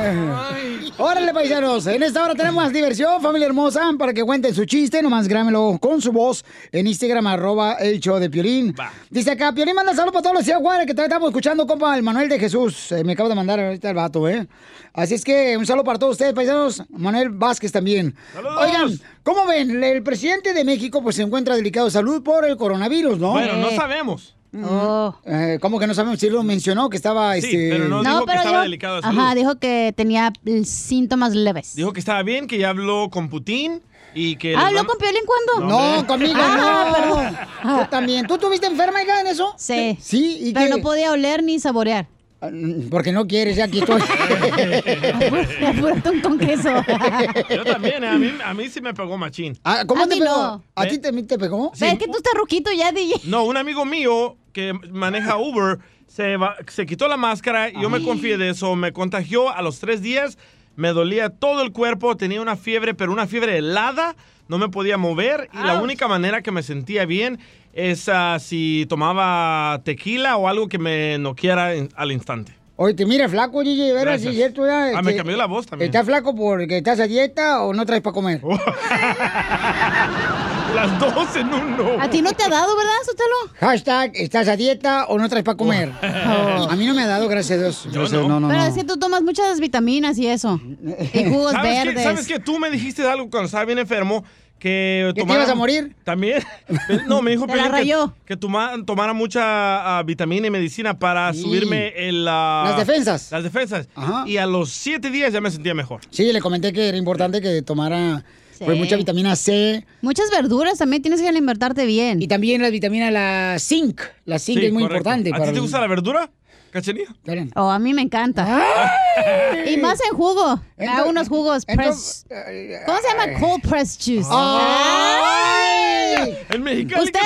Speaker 1: Órale, paisanos. En esta hora tenemos más diversión, familia hermosa, para que cuenten su chiste. Nomás grámelo con su voz en Instagram, arroba el show de Piolín. Dice acá, Piolín manda saludos para todos los Ciaguares que todavía estamos escuchando, compa, el Manuel de Jesús. Eh, me acabo de mandar ahorita el vato, ¿eh? Así es que un saludo para todos ustedes, paisanos. Manuel Vázquez también. Oigan, ¿cómo ven? El presidente de México pues se encuentra delicado de salud por el coronavirus, ¿no?
Speaker 2: Bueno, no sabemos.
Speaker 1: Mm. Eh, ¿Cómo que no sabemos? Si lo mencionó que estaba...
Speaker 2: Sí,
Speaker 1: este...
Speaker 2: pero no dijo que estaba delicado de salud.
Speaker 15: Ajá, dijo que tenía eh, síntomas leves.
Speaker 2: Dijo que estaba bien, que ya habló con Putin y que...
Speaker 15: Ah, ¿Habló
Speaker 2: les van-
Speaker 15: con Piolín cuándo?
Speaker 2: No,
Speaker 1: No, conmigo
Speaker 15: Ah,
Speaker 1: no.
Speaker 15: perdón.
Speaker 1: Tú también. ¿Tú tuviste enferma, hija, en eso?
Speaker 15: Sí.
Speaker 1: Sí, ¿y
Speaker 15: Pero
Speaker 1: qué?
Speaker 15: no podía oler ni saborear.
Speaker 1: Ah, Porque no quieres, ya aquí estoy.
Speaker 15: Apúrate un con queso.
Speaker 2: Yo también, a mí, a mí sí me pegó machín.
Speaker 1: Ah, ¿Cómo te pegó? ¿A
Speaker 2: ¿Eh?
Speaker 1: ti te, te pegó?
Speaker 2: Es
Speaker 15: que tú estás ruquito ya, DJ.
Speaker 2: No, un amigo mío que maneja Uber se, va- se quitó la máscara y yo me confié de eso. Me contagió a los tres días. me dolía todo el cuerpo, tenía una fiebre, pero una fiebre helada, no me podía mover y la única manera que me sentía bien es ah, si tomaba tequila o algo que me noqueara en- al instante.
Speaker 1: Oye, te mira flaco, DJ, ¿verdad? Sí,
Speaker 2: Gracias.
Speaker 1: cierto, ya,
Speaker 2: Ah, me
Speaker 1: este,
Speaker 2: cambió la voz también. Oh.
Speaker 1: ¿Estás flaco porque estás a dieta o no traes para comer?
Speaker 2: Las dos en uno.
Speaker 29: A ti no te ha dado, ¿verdad, Sotelo?
Speaker 1: Hashtag, ¿estás a dieta o no traes para comer?
Speaker 29: Oh.
Speaker 1: A mí no me ha dado, gracias a Dios. Gracias, no, no,
Speaker 3: Pero
Speaker 1: no.
Speaker 3: es que tú tomas muchas vitaminas y eso. Y jugos
Speaker 2: ¿Sabes qué?
Speaker 3: verdes.
Speaker 2: ¿Sabes qué? Tú me dijiste algo cuando estaba bien enfermo. Que,
Speaker 3: ¿Que te
Speaker 2: tomara-
Speaker 3: ibas a morir?
Speaker 2: También. No, me dijo
Speaker 3: Te la
Speaker 2: Piolín
Speaker 3: rayó.
Speaker 2: que, que toma- tomara mucha ah, vitamina y medicina para
Speaker 1: Sí.
Speaker 2: subirme el, ah,
Speaker 1: Las defensas.
Speaker 2: Las defensas. Y a los siete días ya me sentía mejor.
Speaker 1: Sí, le comenté que era importante que tomara pues,
Speaker 2: Sí.
Speaker 1: mucha vitamina C.
Speaker 3: Muchas verduras también tienes que alimentarte bien.
Speaker 1: Y también la vitamina la zinc. La zinc
Speaker 2: Sí,
Speaker 1: es muy
Speaker 2: correcto.
Speaker 1: importante.
Speaker 2: ¿A ti te gusta la verdura? ¿Cachanilla?
Speaker 3: Oh, a mí me encanta. Y más en jugo. Me hago unos jugos press. ¿Cómo se llama? Cold press juice.
Speaker 1: ¡Ay!
Speaker 2: El mexicano
Speaker 3: ¿Usted,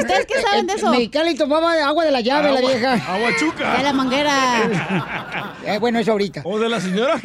Speaker 3: ¿Ustedes qué saben de eso?
Speaker 1: Mexicali Eh, tomaba agua de la llave, la
Speaker 3: Agua-
Speaker 1: vieja.
Speaker 2: Aguachuca.
Speaker 3: De la manguera.
Speaker 1: Eh, bueno, eso ahorita.
Speaker 2: O de la señora.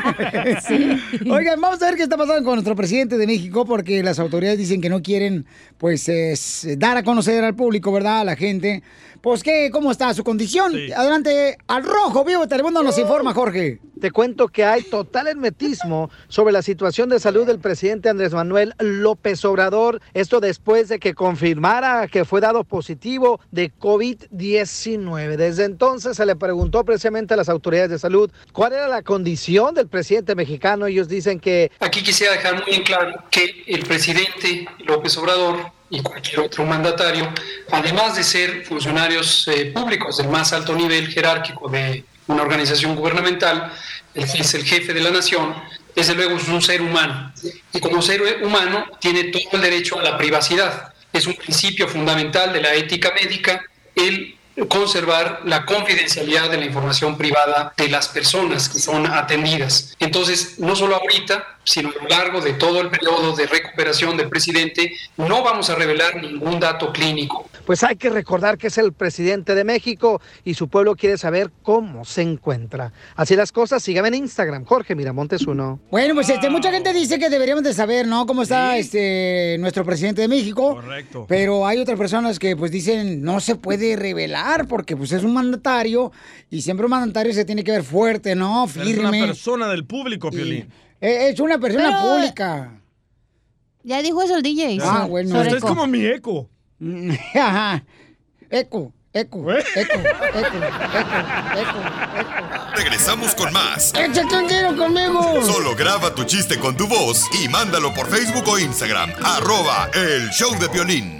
Speaker 1: Oigan, vamos a ver qué está pasando con nuestro presidente de México, porque las autoridades dicen que no quieren, pues, es, dar a conocer al público, ¿verdad? A la gente. Pues, ¿qué? ¿Cómo está su condición? Adelante, al rojo, vivo de Telemundo nos informa, Jorge.
Speaker 5: Te cuento que hay total hermetismo sobre la situación de salud del presidente Andrés Manuel López Obrador. Esto después de que confirmara que fue dado positivo de COVID-19. Desde entonces se le preguntó precisamente a las autoridades de salud cuál era la condición del presidente mexicano. Ellos dicen que
Speaker 16: Aquí quisiera dejar muy en claro que el presidente López Obrador y cualquier otro mandatario, además de ser funcionarios eh, públicos del más alto nivel jerárquico de una organización gubernamental, el- es el jefe de la nación, desde luego es un ser humano. Y como ser humano tiene todo el derecho a la privacidad. Es un principio fundamental de la ética médica el conservar la confidencialidad de la información privada de las personas que son atendidas. Entonces, no solo ahorita, sino a lo largo de todo el periodo de recuperación del presidente, no vamos a revelar ningún dato clínico.
Speaker 5: pues hay que recordar que es el presidente de México y su pueblo quiere saber cómo se encuentra. Así las cosas, síganme en Instagram, Jorge Miramontes uno.
Speaker 1: Bueno, pues este, mucha
Speaker 2: Ah.
Speaker 1: gente dice que deberíamos de saber, ¿no? Cómo está este nuestro presidente de México.
Speaker 2: Correcto.
Speaker 1: Pero hay otras personas que pues dicen no se puede revelar porque pues es un mandatario y siempre un mandatario se tiene que ver fuerte, ¿no?
Speaker 2: Es una
Speaker 1: Firme.
Speaker 2: persona del público, Piolín.
Speaker 1: Eh, Es una persona
Speaker 3: Pero-
Speaker 1: pública.
Speaker 3: Ya dijo eso el DJ.
Speaker 1: Ah,
Speaker 3: so-
Speaker 1: bueno.
Speaker 3: sobre
Speaker 2: Usted es
Speaker 3: co-
Speaker 2: como mi eco.
Speaker 1: Ajá. Eco, eco,
Speaker 2: ¿Eh?
Speaker 1: eco, eco.
Speaker 4: Regresamos con más.
Speaker 1: Échate un tiro conmigo.
Speaker 4: Solo graba tu chiste con tu voz y mándalo por Facebook o Instagram. Arroba el show de violín.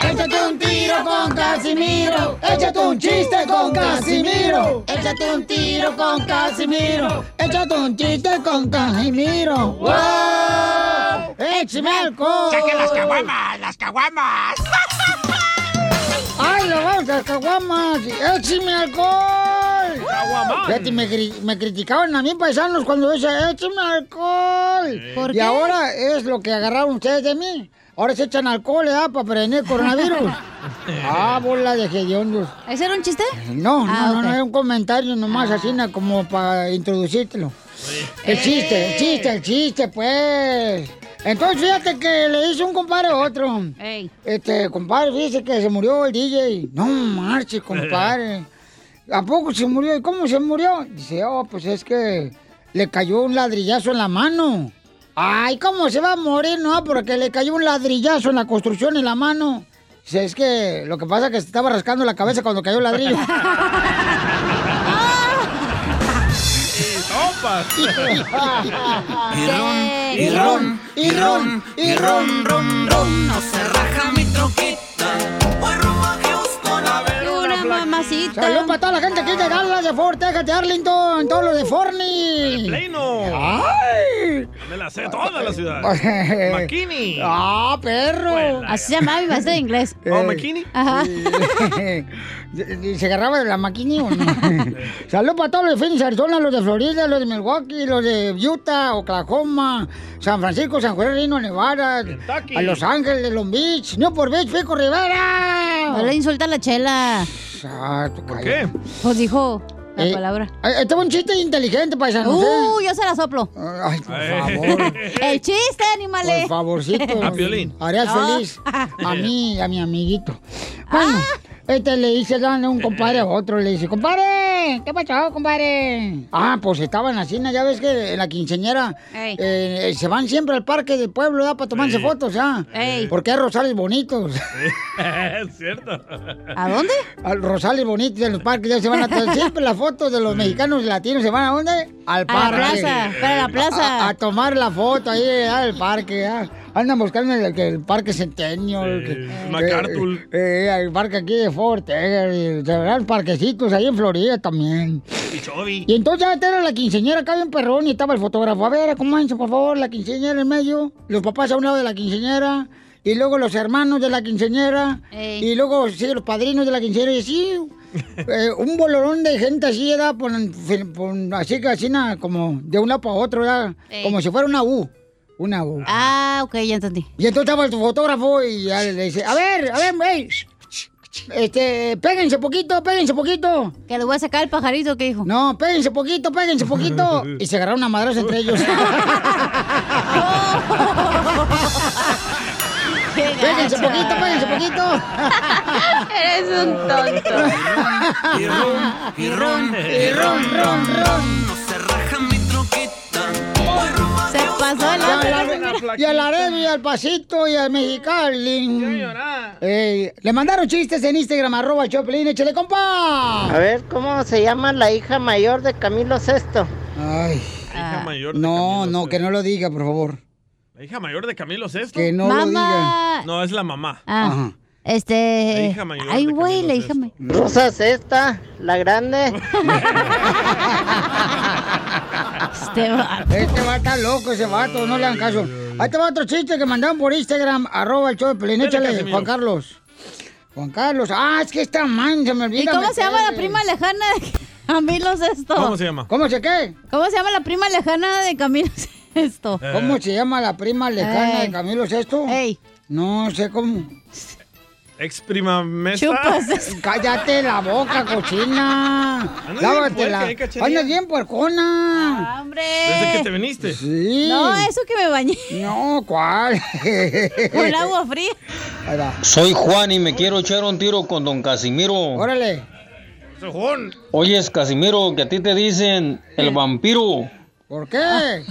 Speaker 1: Échate un tiro con Casimiro. Échate un chiste con Casimiro. Échate un tiro con Casimiro. Échate un chiste con Casimiro. ¡Wow!
Speaker 8: ¡Eh,
Speaker 1: ¡Échame alcohol!
Speaker 8: ¡Saque las
Speaker 1: caguamas! ¡Las caguamas! ¡Ay, la vamos, las caguamas! ¡Échame alcohol!
Speaker 8: Caguamán.
Speaker 1: Fíjate, me, cri- me criticaban a mí paisanos cuando decía, échame alcohol.
Speaker 8: ¿Por
Speaker 1: y
Speaker 8: qué?
Speaker 1: ahora es lo que agarraron ustedes de mí. Ahora se echan alcohol, ¿eh? Para prevenir coronavirus. ah, bola de hediondos.
Speaker 3: ¿Ese era un chiste?
Speaker 1: No, no,
Speaker 3: Ah,
Speaker 1: no,
Speaker 3: ok. Ah.
Speaker 1: no, era un comentario nomás así, na, como para introducírtelo. El chiste, el chiste, el chiste, pues. Entonces, fíjate que le hizo un compadre a otro. Este, compadre, dice que se murió el DJ. No marche, compadre. ¿A poco se murió? ¿Y cómo se murió? Dice, oh, pues es que le cayó un ladrillazo en la mano. Ay, ¿cómo se va a morir, no? Porque le cayó un ladrillazo en la construcción en la mano. Dice, es que lo que pasa es que se estaba rascando la cabeza cuando cayó el ladrillo.
Speaker 2: ¡Topas!
Speaker 8: y ron, y ron, y ron, ron, ron. No se raja mi troquita. Voy rumbo a Houston a ver
Speaker 3: una mamacita.
Speaker 1: Saludos para toda la gente aquí de Dallas, de Fort Texas, de Arlington, todos los de Forney.
Speaker 2: Pleno.
Speaker 1: ¡Ay!
Speaker 2: Me la sé toda la ciudad.
Speaker 1: McKinney. ¡Ah, perro!
Speaker 3: Así se llamaba mi maestra de inglés.
Speaker 1: Oh, McKinney.
Speaker 3: Ajá.
Speaker 1: ¿Se agarraba de la maquini o no? Saludos para todos los de Phoenix, Arizona, los de Florida, los de Milwaukee, los de Utah, Oklahoma, San Francisco, San Juan, Reno, Nevada, a Los Ángeles, Long Beach, New por Beach, Pico Rivera.
Speaker 3: No le insulta a la chela.
Speaker 1: Ah, tú cállate.
Speaker 3: Pues dijo.
Speaker 15: la
Speaker 1: Eh,
Speaker 15: palabra.
Speaker 1: eh, este es un chiste inteligente, paisano. ¿eh?
Speaker 15: Uh, yo se la soplo.
Speaker 1: Ay, por favor.
Speaker 15: El chiste, animales.
Speaker 1: Por favorcito.
Speaker 8: A Piolín.
Speaker 1: Harías
Speaker 15: No.
Speaker 1: feliz a mí, a mi amiguito. Bueno,
Speaker 8: Ah.
Speaker 1: este le dice dando un compadre a otro, le dice, compadre, ¿qué pasó, compadre? Ah, pues estaban así, ¿no? ya ves que en la quinceñera
Speaker 8: Ey.
Speaker 1: eh, se van siempre al parque del pueblo ya para tomarse
Speaker 8: Ey.
Speaker 1: fotos, ¿ah? Porque hay rosales bonitos.
Speaker 8: es cierto.
Speaker 1: Al Rosales Bonito de los parques, ya se van a tomar siempre las fotos de los mexicanos y latinos, ¿se van a dónde? Al
Speaker 8: Mm. A la
Speaker 1: parque.
Speaker 8: plaza, para la plaza.
Speaker 1: A, a tomar la foto ahí eh, al parque, ah. Andan buscando el, que el parque Centenio, el, que- que-
Speaker 8: MacArthur.
Speaker 1: eh, eh, el parque aquí de Fort Texas, se verán parquecitos ahí en Florida también. Y entonces esta era la quinceñera, acá había un perrón y estaba el fotógrafo. A ver, acomódense, por favor, la quinceñera en medio. Los papás a un lado de la quinceñera. Y luego los hermanos de la quinceñera. Y luego sí, los padrinos de la quinceñera. Y así, eh, un bolorón de gente así, era por- por- así que así, na, como de un lado para otro, era
Speaker 15: Ey.
Speaker 1: como si fuera una U. Una U.
Speaker 15: Ah, ok, ya entendí.
Speaker 1: Y entonces estaba el fotógrafo y ya le dice, a ver, a ver, hey, este, péguense poquito, péguense poquito.
Speaker 15: Que le voy a sacar el pajarito que dijo.
Speaker 1: No, péguense poquito, péguense poquito. y se agarraron a madrazos entre ellos. péguense
Speaker 8: gacho.
Speaker 1: poquito, péguense poquito.
Speaker 8: Eres un tonto. Y ron, y ron, y ron, ron, ron.
Speaker 15: Se pasó el
Speaker 1: Y
Speaker 15: otro.
Speaker 1: al- Y al Laredo, y al Pasito, y al Mexicali. Eh, le mandaron chistes en Instagram, arroba el Choplin, échale compa.
Speaker 22: A ver, ¿cómo se llama la hija mayor de Camilo VI?
Speaker 1: Ay.
Speaker 15: Ah.
Speaker 1: No, no, que no lo diga, por favor.
Speaker 2: ¿La hija mayor de Camilo Sesto?
Speaker 1: Que no lo Mamá.
Speaker 2: No, es la mamá.
Speaker 15: Ah, este.
Speaker 2: La hija mayor
Speaker 15: Ay,
Speaker 2: de
Speaker 15: güey, la hija mayor.
Speaker 22: Rosa Sexta, la grande.
Speaker 1: Este vato. Este vato está loco, ese vato, no le hagan caso. Ahí te va otro chiste que mandaron por Instagram, arroba el show de Pelín.
Speaker 15: Dale,
Speaker 1: Échale,
Speaker 15: Casimiro.
Speaker 1: Juan Carlos. Juan Carlos, ah, es que está man, se me olvida.
Speaker 15: ¿Y cómo se llama la
Speaker 1: meterle.
Speaker 15: prima lejana de Camilo Sesto?
Speaker 1: ¿Cómo se llama? ¿Cómo se qué?
Speaker 15: ¿Cómo se llama la prima lejana de Camilo Sesto?
Speaker 1: ¿Cómo se llama la prima lejana de
Speaker 15: Ey.
Speaker 1: Camilo Sesto? No sé cómo.
Speaker 2: Ex prima mesa.
Speaker 1: Cállate la
Speaker 15: Ah,
Speaker 1: boca, cochina.
Speaker 2: Andas bien
Speaker 1: Lávatela.
Speaker 2: puerca, eh, cachanilla.
Speaker 1: Andas bien puercona.
Speaker 15: Ah, ¡Hombre!
Speaker 2: Desde que te viniste.
Speaker 1: Sí.
Speaker 15: No, eso que me bañé.
Speaker 1: No, ¿cuál?
Speaker 15: Con agua fría.
Speaker 1: Ahí va.
Speaker 16: Soy Juan y me quiero echar un tiro con don Casimiro.
Speaker 1: Órale.
Speaker 16: Oyes, Casimiro, que a ti te dicen el vampiro,
Speaker 1: ¿Por qué?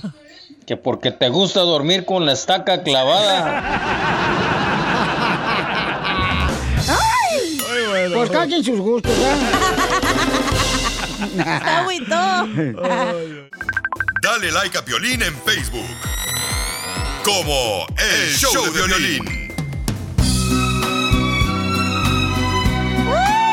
Speaker 16: que porque te gusta dormir con la estaca clavada.
Speaker 1: ¡Ay! Pues caguen sus gustos,
Speaker 15: Está
Speaker 1: ¿eh?
Speaker 4: Dale like a Piolín en Facebook. Como El Show de Violín.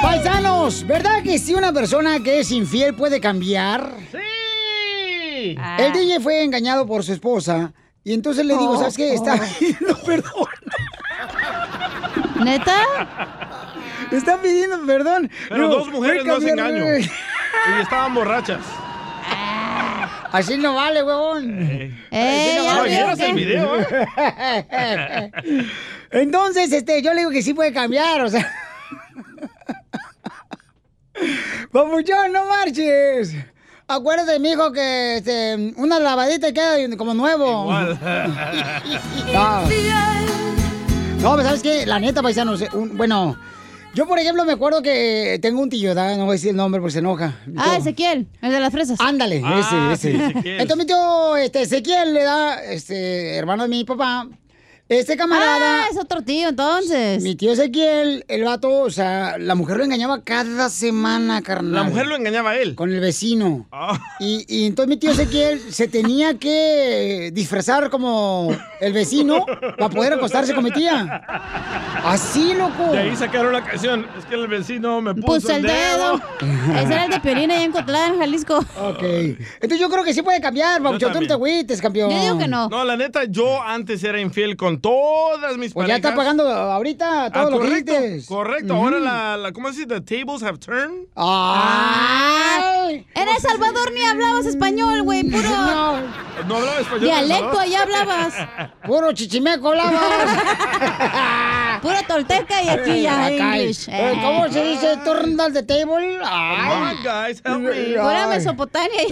Speaker 1: Paisanos, ¿verdad que si una persona que es infiel puede cambiar?
Speaker 8: Sí.
Speaker 1: El DJ fue engañado por su esposa y entonces le digo,
Speaker 8: Oh,
Speaker 1: ¿sabes qué? Está pidiendo perdón.
Speaker 15: ¿Neta?
Speaker 1: Está pidiendo perdón.
Speaker 2: Pero
Speaker 1: Digo,
Speaker 2: dos mujeres
Speaker 1: voy a
Speaker 2: no se
Speaker 1: cambiar,
Speaker 2: engaño.
Speaker 1: güey.
Speaker 2: Y estaban borrachas.
Speaker 1: Ah. Así no vale, huevón. Así no
Speaker 2: ya
Speaker 1: vale.
Speaker 2: vieras el video, ¿eh?
Speaker 1: Entonces, este, yo le digo que sí puede cambiar, o sea. Papuchón, no marches. Acuérdate, mijo, que este, una lavadita y queda como nuevo.
Speaker 2: Oh.
Speaker 1: No. No, pero ¿sabes qué? La neta, paisanos, eh, un- bueno, yo por ejemplo me acuerdo que tengo un tío, ¿da? no voy a decir el nombre porque se enoja.
Speaker 15: Ah,
Speaker 1: Yo-
Speaker 15: Ezequiel, el de las fresas.
Speaker 1: Ándale,
Speaker 15: Ah,
Speaker 1: ese,
Speaker 15: sí,
Speaker 1: ese.
Speaker 15: Ezequiel.
Speaker 1: Entonces mi tío, este, Ezequiel le da, este, hermano de mi papá, este camarada.
Speaker 15: Ah, es otro tío entonces.
Speaker 1: Mi tío Ezequiel, el vato, o sea, la mujer lo engañaba cada semana, carnal.
Speaker 2: La mujer lo engañaba a él.
Speaker 1: Con el vecino. Y, y entonces mi tío Ezequiel se tenía que disfrazar como el vecino para poder acostarse con mi tía. Así, loco.
Speaker 2: De ahí sacaron la canción. Es que el vecino me puso,
Speaker 15: Puso el dedo. Ese era el de Piolín allá en Cotlán, Jalisco.
Speaker 1: Ok. Entonces yo creo que sí puede cambiar, Pabuchón. Tú no te agüites, campeón.
Speaker 2: No, la neta, yo antes era infiel con todas mis
Speaker 1: Pues ya
Speaker 2: parejas.
Speaker 1: está pagando ahorita todo
Speaker 2: Ah,
Speaker 1: lo
Speaker 2: correcto,
Speaker 1: que dices.
Speaker 2: Correcto. Ahora la, la- ¿Cómo se dice? The tables have turned.
Speaker 1: Ah,
Speaker 15: ¡Ay! En El Salvador ni hablabas español, güey, puro.
Speaker 2: No hablaba español.
Speaker 15: Dialecto,
Speaker 2: ¿no?
Speaker 15: allá hablabas.
Speaker 1: Puro chichimeco hablabas.
Speaker 3: Puro tolteca y aquí ya
Speaker 1: Acá.
Speaker 3: English.
Speaker 1: Eh, ¿Cómo se dice turn down the table? Ay.
Speaker 2: Oh
Speaker 3: Come on, guys, help me. Pura
Speaker 1: Mesopotamia.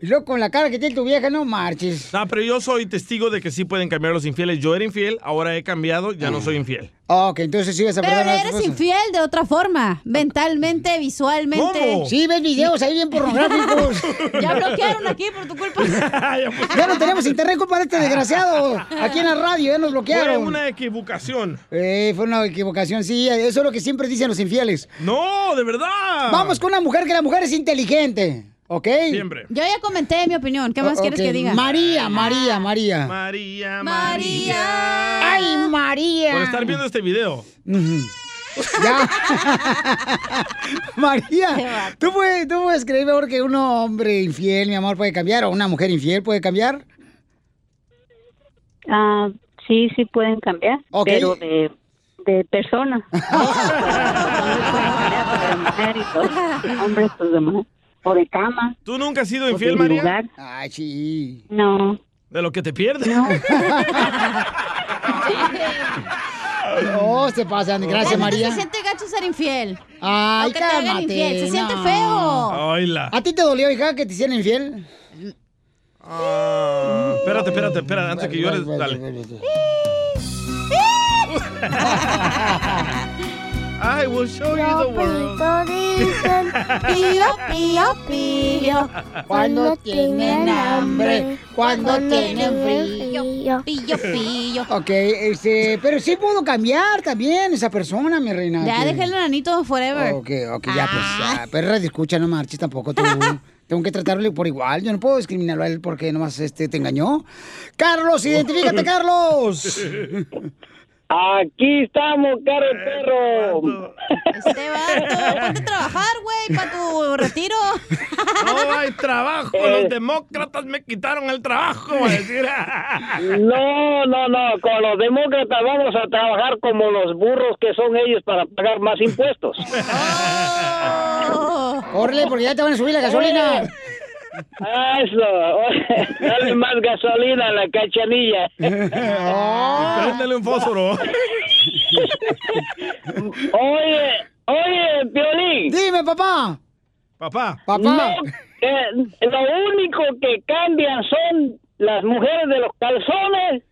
Speaker 1: Y luego con la cara que tiene tu vieja, no marches.
Speaker 2: No, pero yo soy testigo de que sí pueden cambiar los infieles. Yo era infiel, ahora he cambiado, ya no soy infiel.
Speaker 1: Ah, ok, entonces sí vas a
Speaker 3: Pero
Speaker 1: perdonar a
Speaker 3: le
Speaker 1: tu
Speaker 3: eres
Speaker 1: esposa.
Speaker 3: infiel de otra forma, mentalmente, visualmente.
Speaker 1: ¿Cómo? Sí, ves videos ahí bien pornográficos.
Speaker 3: ya bloquearon aquí por tu culpa.
Speaker 1: Ya no tenemos internet, compadre, este desgraciado. Aquí en la radio, ya nos
Speaker 2: Fue
Speaker 1: bloquearon.
Speaker 2: una equivocación.
Speaker 1: Eh, fue una equivocación, sí, eso es lo que siempre dicen los infieles.
Speaker 2: No, de verdad.
Speaker 1: Vamos con una mujer, que la mujer es inteligente, ¿ok?
Speaker 2: Siempre.
Speaker 3: Yo ya comenté mi opinión. ¿Qué más
Speaker 1: O-
Speaker 3: quieres
Speaker 1: ok,
Speaker 3: que diga?
Speaker 1: María, María, María.
Speaker 2: María,
Speaker 3: María.
Speaker 1: Ay, María.
Speaker 2: Por estar viendo este video.
Speaker 1: Ya. María, ¿tú puedes, ¿tú puedes creer mejor que un hombre infiel, mi amor, puede cambiar? ¿O una mujer infiel puede cambiar?
Speaker 27: Ah, sí, sí pueden cambiar,
Speaker 1: Ok.
Speaker 27: pero de, de persona. Mujer y todo, Hombres, pues de mujer. O de cama.
Speaker 2: ¿Tú nunca has sido
Speaker 27: o
Speaker 2: infiel,
Speaker 27: de
Speaker 2: María?
Speaker 27: lugar.
Speaker 1: Ay, sí.
Speaker 27: No.
Speaker 2: De lo que te pierdes.
Speaker 1: No, se pasan. Gracias,
Speaker 3: La neta
Speaker 1: María.
Speaker 3: Se siente gacho ser infiel.
Speaker 1: Ay,
Speaker 3: Aunque te hagan
Speaker 1: cálmate,
Speaker 3: infiel, se
Speaker 1: no.
Speaker 3: siente feo.
Speaker 2: Oila.
Speaker 1: ¿A ti te dolió, hija, que te hicieran infiel?
Speaker 2: Ah, espérate, espérate, espérate. Antes que llores, dale. I will show you the world.
Speaker 8: Pío, pío, pío.
Speaker 1: Cuando tienen hambre, cuando tienen
Speaker 3: frío. Pillo, pillo.
Speaker 1: Ok, este, pero sí puedo cambiar también esa persona, mi reina.
Speaker 3: Ya,
Speaker 1: que-
Speaker 3: deja el nanito forever.
Speaker 1: Ok, ok, ya, pues, ya, perra, escucha, no marches tampoco tú. Tengo que tratarle por igual, yo no puedo discriminarlo a él porque nomás este, te engañó. Carlos, identifícate, Carlos.
Speaker 7: Aquí estamos, caro perro.
Speaker 3: Este vato, ponte a trabajar, güey, para tu retiro.
Speaker 2: No hay trabajo. Los demócratas me quitaron el trabajo. va a decir.
Speaker 7: No, no, no, con los demócratas vamos a trabajar como los burros que son ellos para pagar más impuestos.
Speaker 1: Oh. Órale, porque ya te van a subir la gasolina.
Speaker 7: Ah, Eso, dale más gasolina a la cachanilla.
Speaker 1: Oh.
Speaker 2: Préndele un fósforo.
Speaker 7: Oye, oye, Piolín.
Speaker 1: Dime, papá.
Speaker 2: Papá.
Speaker 7: No, eh, lo único que cambian son las mujeres de los calzones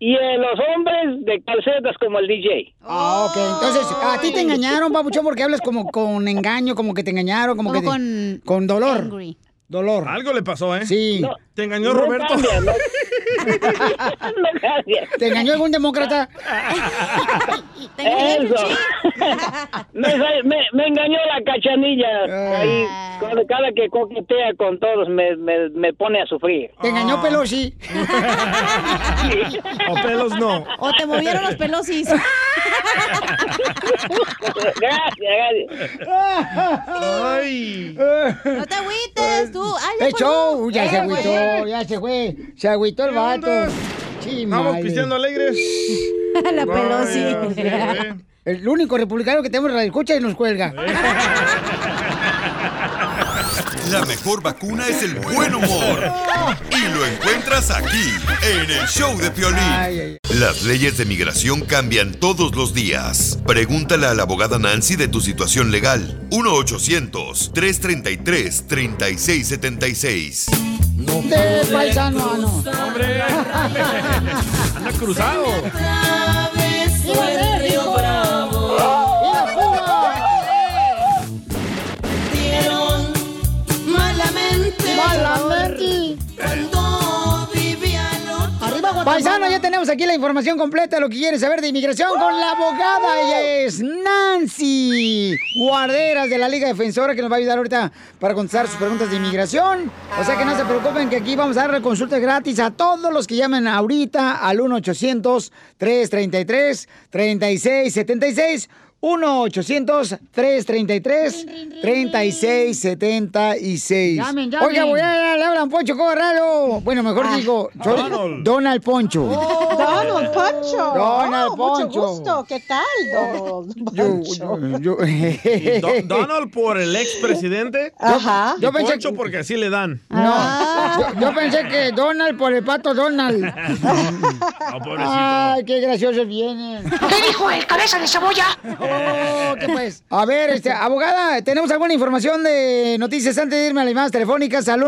Speaker 7: y eh, los hombres de calcetas como el DJ.
Speaker 1: Ah, ok, entonces, a ti te engañaron, papuchón, porque hablas como con engaño, como que te engañaron, como, que te-
Speaker 2: con-
Speaker 1: con dolor. Dolor.
Speaker 2: Algo le pasó, ¿eh?
Speaker 1: Sí.
Speaker 2: ¿Te engañó
Speaker 1: No
Speaker 2: Roberto?
Speaker 1: cambia, no. ¿Te engañó algún demócrata?
Speaker 7: Eso. me, sa- me- me engañó la cachanilla. Ahí,
Speaker 1: Ah.
Speaker 7: cada, cada que coquetea con todos me, me, me pone a sufrir.
Speaker 1: ¿Te
Speaker 2: Ah.
Speaker 1: engañó Pelosi?
Speaker 2: o pelos no.
Speaker 3: O te movieron los pelosis.
Speaker 7: gracias,
Speaker 2: Ay.
Speaker 3: No te agüites, tú. Ay, ya
Speaker 1: ¡Eh, show!
Speaker 3: colgó.
Speaker 1: Ya se
Speaker 3: Eh,
Speaker 1: agüitó,
Speaker 3: güey.
Speaker 1: ya se fue. Se agüitó el vato. Sí,
Speaker 2: Vamos
Speaker 1: madre.
Speaker 2: pisteando alegres.
Speaker 1: La
Speaker 2: Pelosi. Vaya,
Speaker 1: El único republicano que tenemos la escucha y nos cuelga.
Speaker 4: La mejor vacuna es el buen humor. Y lo encuentras aquí, en el show de Piolín. Las leyes de migración cambian todos los días. Pregúntale a la abogada Nancy de tu situación legal. 1-800-333-3676.
Speaker 1: De paisano, ah, no.
Speaker 2: Hombre. Anda cruzado.
Speaker 8: Atravesó el río Bravo. Dieron malamente.
Speaker 1: Malamente.
Speaker 8: Cuando vivían
Speaker 1: Paisano, ya tenemos aquí la información completa de lo que quieres saber de inmigración con la abogada. Ella es Nancy Guarderas de la Liga Defensora que nos va a ayudar ahorita para contestar sus preguntas de inmigración. O sea que no se preocupen que aquí vamos a darle consulta gratis a todos los que llamen ahorita al 1-800-333-3676. 1-800-333-3676.
Speaker 8: Llamen, llamen.
Speaker 1: Oiga, voy a le hablan Poncho Corralo. Bueno, mejor digo, yo- Donald Poncho.
Speaker 13: Ah. Oh. Donald Poncho.
Speaker 1: Donald
Speaker 13: Oh,
Speaker 1: Poncho.
Speaker 13: Mucho gusto. ¿Qué tal, Donald Poncho?
Speaker 1: Yo-
Speaker 2: Y Don- Donald por el expresidente.
Speaker 1: Ajá.
Speaker 2: Y
Speaker 1: Yo pensé Ah,
Speaker 2: Poncho porque así le dan.
Speaker 1: No,
Speaker 13: Ah.
Speaker 1: yo, yo pensé que Donald por el pato Donald. Ay, qué gracioso viene.
Speaker 8: ¿Qué dijo el cabeza de cebolla?
Speaker 2: Eh.
Speaker 1: Oh, ¿qué pues? A ver, este, abogada, ¿tenemos alguna información de noticias antes de irme a las llamadas telefónicas al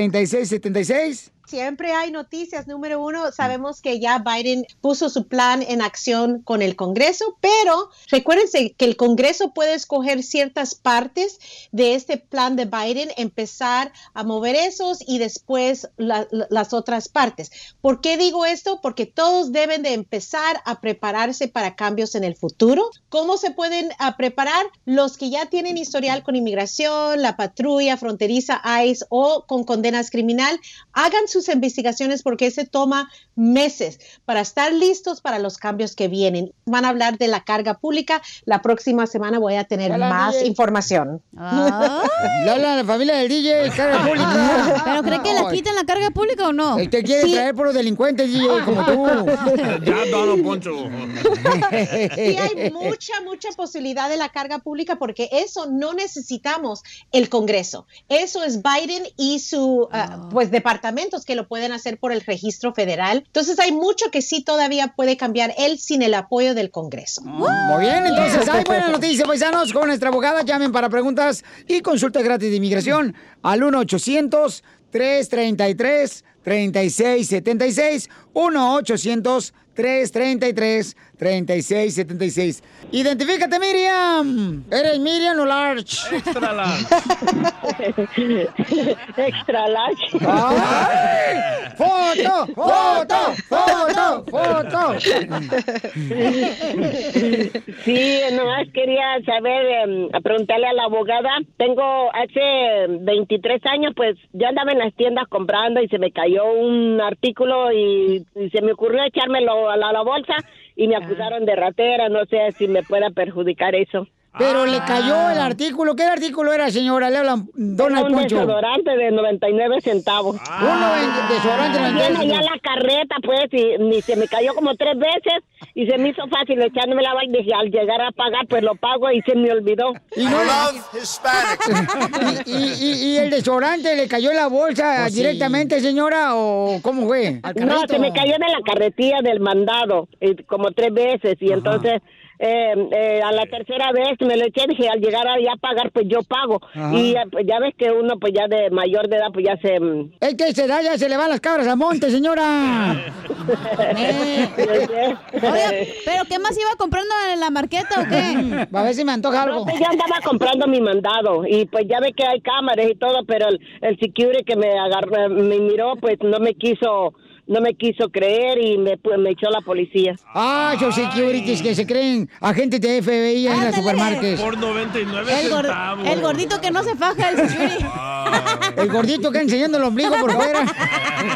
Speaker 1: 1-800-333-3676?
Speaker 13: Siempre hay noticias. Número uno, sabemos que ya Biden puso su plan en acción con el Congreso, pero recuérdense que el Congreso puede escoger ciertas partes de este plan de Biden, empezar a mover esos y después la- la- las otras partes. ¿Por qué digo esto? Porque todos deben de empezar a prepararse para cambios en el futuro. ¿Cómo se pueden ah, preparar los que ya tienen historial con inmigración, la patrulla fronteriza ICE o con condenas criminal? Hagan sus investigaciones porque se toma meses para estar listos para los cambios que vienen. Van a hablar de la carga pública. La próxima semana voy a tener
Speaker 1: Hola,
Speaker 13: más
Speaker 1: DJ.
Speaker 13: información.
Speaker 1: Lola, la familia del DJ, carga pública.
Speaker 3: Ah. ¿Pero cree que les quiten la carga pública o no?
Speaker 1: Te quiere traer por los delincuentes, DJ, como tú.
Speaker 2: Ya, Donald Poncho.
Speaker 13: sí hay mucha, mucha posibilidad de la carga pública porque eso no necesitamos el Congreso. Eso es Biden y su ah, pues departamentos que lo pueden hacer por el registro federal. Entonces hay mucho que sí todavía puede cambiar él sin el apoyo del Congreso.
Speaker 1: Muy bien, entonces hay buenas noticias, paisanos. Con nuestra abogada, llamen para preguntas y consultas gratis de inmigración al 1-800-333-3676. 1-800-333-3676. Identifícate, Miriam. Eres Miriam o Large.
Speaker 2: Extra large.
Speaker 1: Extra large. Ah. ¡Foto! ¡Foto! ¡Foto! ¡Foto!
Speaker 9: Sí, nomás quería saber, em, a preguntarle a la abogada. Tengo hace 23 años, pues yo andaba en las tiendas comprando y se me cayó un artículo y, y se me ocurrió echármelo a la, a la bolsa y me acusaron de ratera. No sé si me pueda perjudicar eso.
Speaker 1: Pero le cayó
Speaker 2: Ah.
Speaker 1: el artículo. ¿Qué artículo era, señora? Le hablan Donald
Speaker 9: un
Speaker 1: Poncho.
Speaker 9: desodorante de 99 centavos.
Speaker 1: Uno de- desodorante de 99
Speaker 9: Tiene Ah. ya
Speaker 1: centavos.
Speaker 9: la carreta, pues, y, ni se me cayó como tres veces y se me hizo fácil echándome la vaina. Dije, al llegar a pagar, pues lo pago y se me olvidó.
Speaker 1: ¿Y, y, y el desodorante le cayó en la bolsa
Speaker 9: Pues sí.
Speaker 1: directamente, señora? ¿O cómo fue? Oh, ¿Al
Speaker 9: No,
Speaker 1: carrito?
Speaker 9: se me cayó de la carretilla del mandado eh, como tres veces y entonces eh, eh, a la tercera vez me lo eché dije al llegar allá a pagar pues yo pago
Speaker 1: Ajá.
Speaker 9: y eh, pues, ya ves que uno pues ya de mayor de edad pues ya se mm,
Speaker 1: Es que se da, ya se le van las cabras al monte, señora. Eh.
Speaker 9: Oiga,
Speaker 3: ¿Pero qué más iba comprando en la marqueta o qué?
Speaker 1: A ver si me antoja
Speaker 9: No, pues, yo andaba comprando mi mandado y pues ya ve que hay cámaras y todo, pero el, el security que me agarró, me miró, pues no me quiso, no me quiso creer y me, pues, me echó la policía.
Speaker 1: Ah, esos securities que se creen agentes de FBI en las supermarques.
Speaker 2: Por 99
Speaker 3: El, gor-
Speaker 2: centavos.
Speaker 3: el gordito que no se faja el security.
Speaker 1: El gordito que enseñando el ombligo por fuera.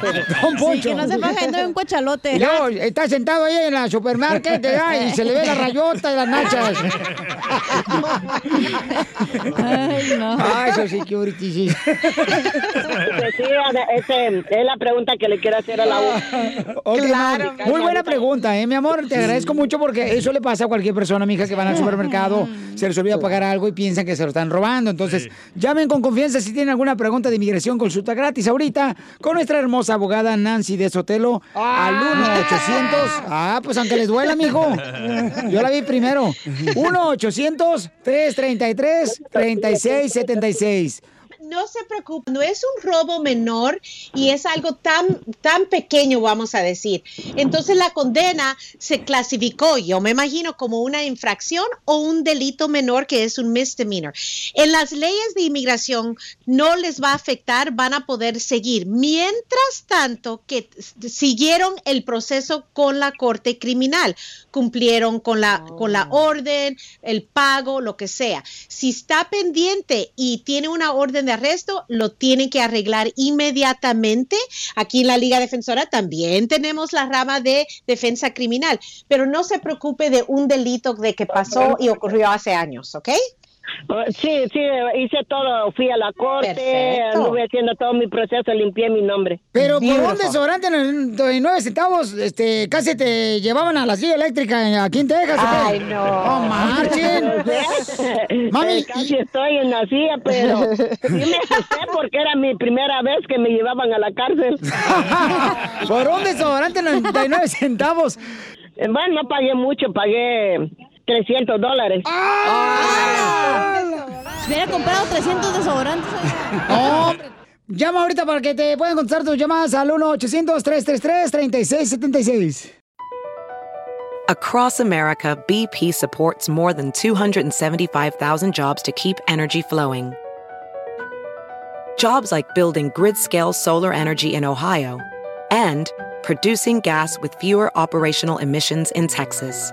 Speaker 1: Don
Speaker 3: Sí,
Speaker 1: Poncho.
Speaker 3: que no se faja, entra en un
Speaker 1: Y
Speaker 3: cochalote.
Speaker 1: luego está sentado ahí en la supermarket ¿verdad? y se le ve la rayota de las nachas.
Speaker 9: Ay, no.
Speaker 1: Ah, esos securities. sí.
Speaker 9: Pues, sí, Ana, ese, es la pregunta que le quiero hacer a la U.
Speaker 1: Ok, Mauri, Muy buena pregunta, ¿eh, mi amor. Te agradezco mucho porque eso le pasa a cualquier persona, mija, que van al supermercado, se les olvida pagar algo y piensan que se lo están robando. Entonces, llamen con confianza si tienen alguna pregunta de inmigración, consulta gratis ahorita con nuestra hermosa abogada Nancy de Sotelo al 1-800. Ah, pues aunque les duela, mijo. Yo la vi primero. 1-800-333-3676.
Speaker 13: no se preocupen, no es un robo menor y es algo tan, tan pequeño, vamos a decir. Entonces la condena se clasificó, yo me imagino, como una infracción o un delito menor que es un misdemeanor. En las leyes de inmigración no les va a afectar, van a poder seguir. Mientras tanto, que t- siguieron el proceso con la corte criminal, cumplieron con la, con la
Speaker 9: Oh.
Speaker 13: orden, el pago, lo que sea. Si está pendiente y tiene una orden de arresto, lo tienen que arreglar inmediatamente. Aquí en la Liga Defensora también tenemos la rama de defensa criminal, pero no se preocupe de un delito de que pasó y ocurrió hace años, ¿ok?
Speaker 9: Ah, Sí, sí, hice todo. Fui a la corte,
Speaker 13: Perfecto.
Speaker 9: anduve haciendo todo mi proceso, limpié mi nombre.
Speaker 1: Pero por un desodorante en 99 centavos, este, casi te llevaban a la silla eléctrica aquí en Texas.
Speaker 9: Ay,
Speaker 1: ¿ok?
Speaker 9: no.
Speaker 1: No marchen. Mami,
Speaker 9: Casi estoy en la silla, pero sí me asusté porque era mi primera vez que me llevaban a la cárcel.
Speaker 1: Por un desodorante 99 centavos.
Speaker 9: Bueno, no pagué mucho, pagué 300 dólares.
Speaker 3: Hubiera comprado 300 desodorantes.
Speaker 1: No, llama ahorita para que te puedan contestar tus llamadas al 1-800-333-3676.
Speaker 20: Across America, BP supports more than 275,000 jobs to keep energy flowing. Jobs like building grid scale solar energy in Ohio and producing gas with fewer operational emissions in Texas.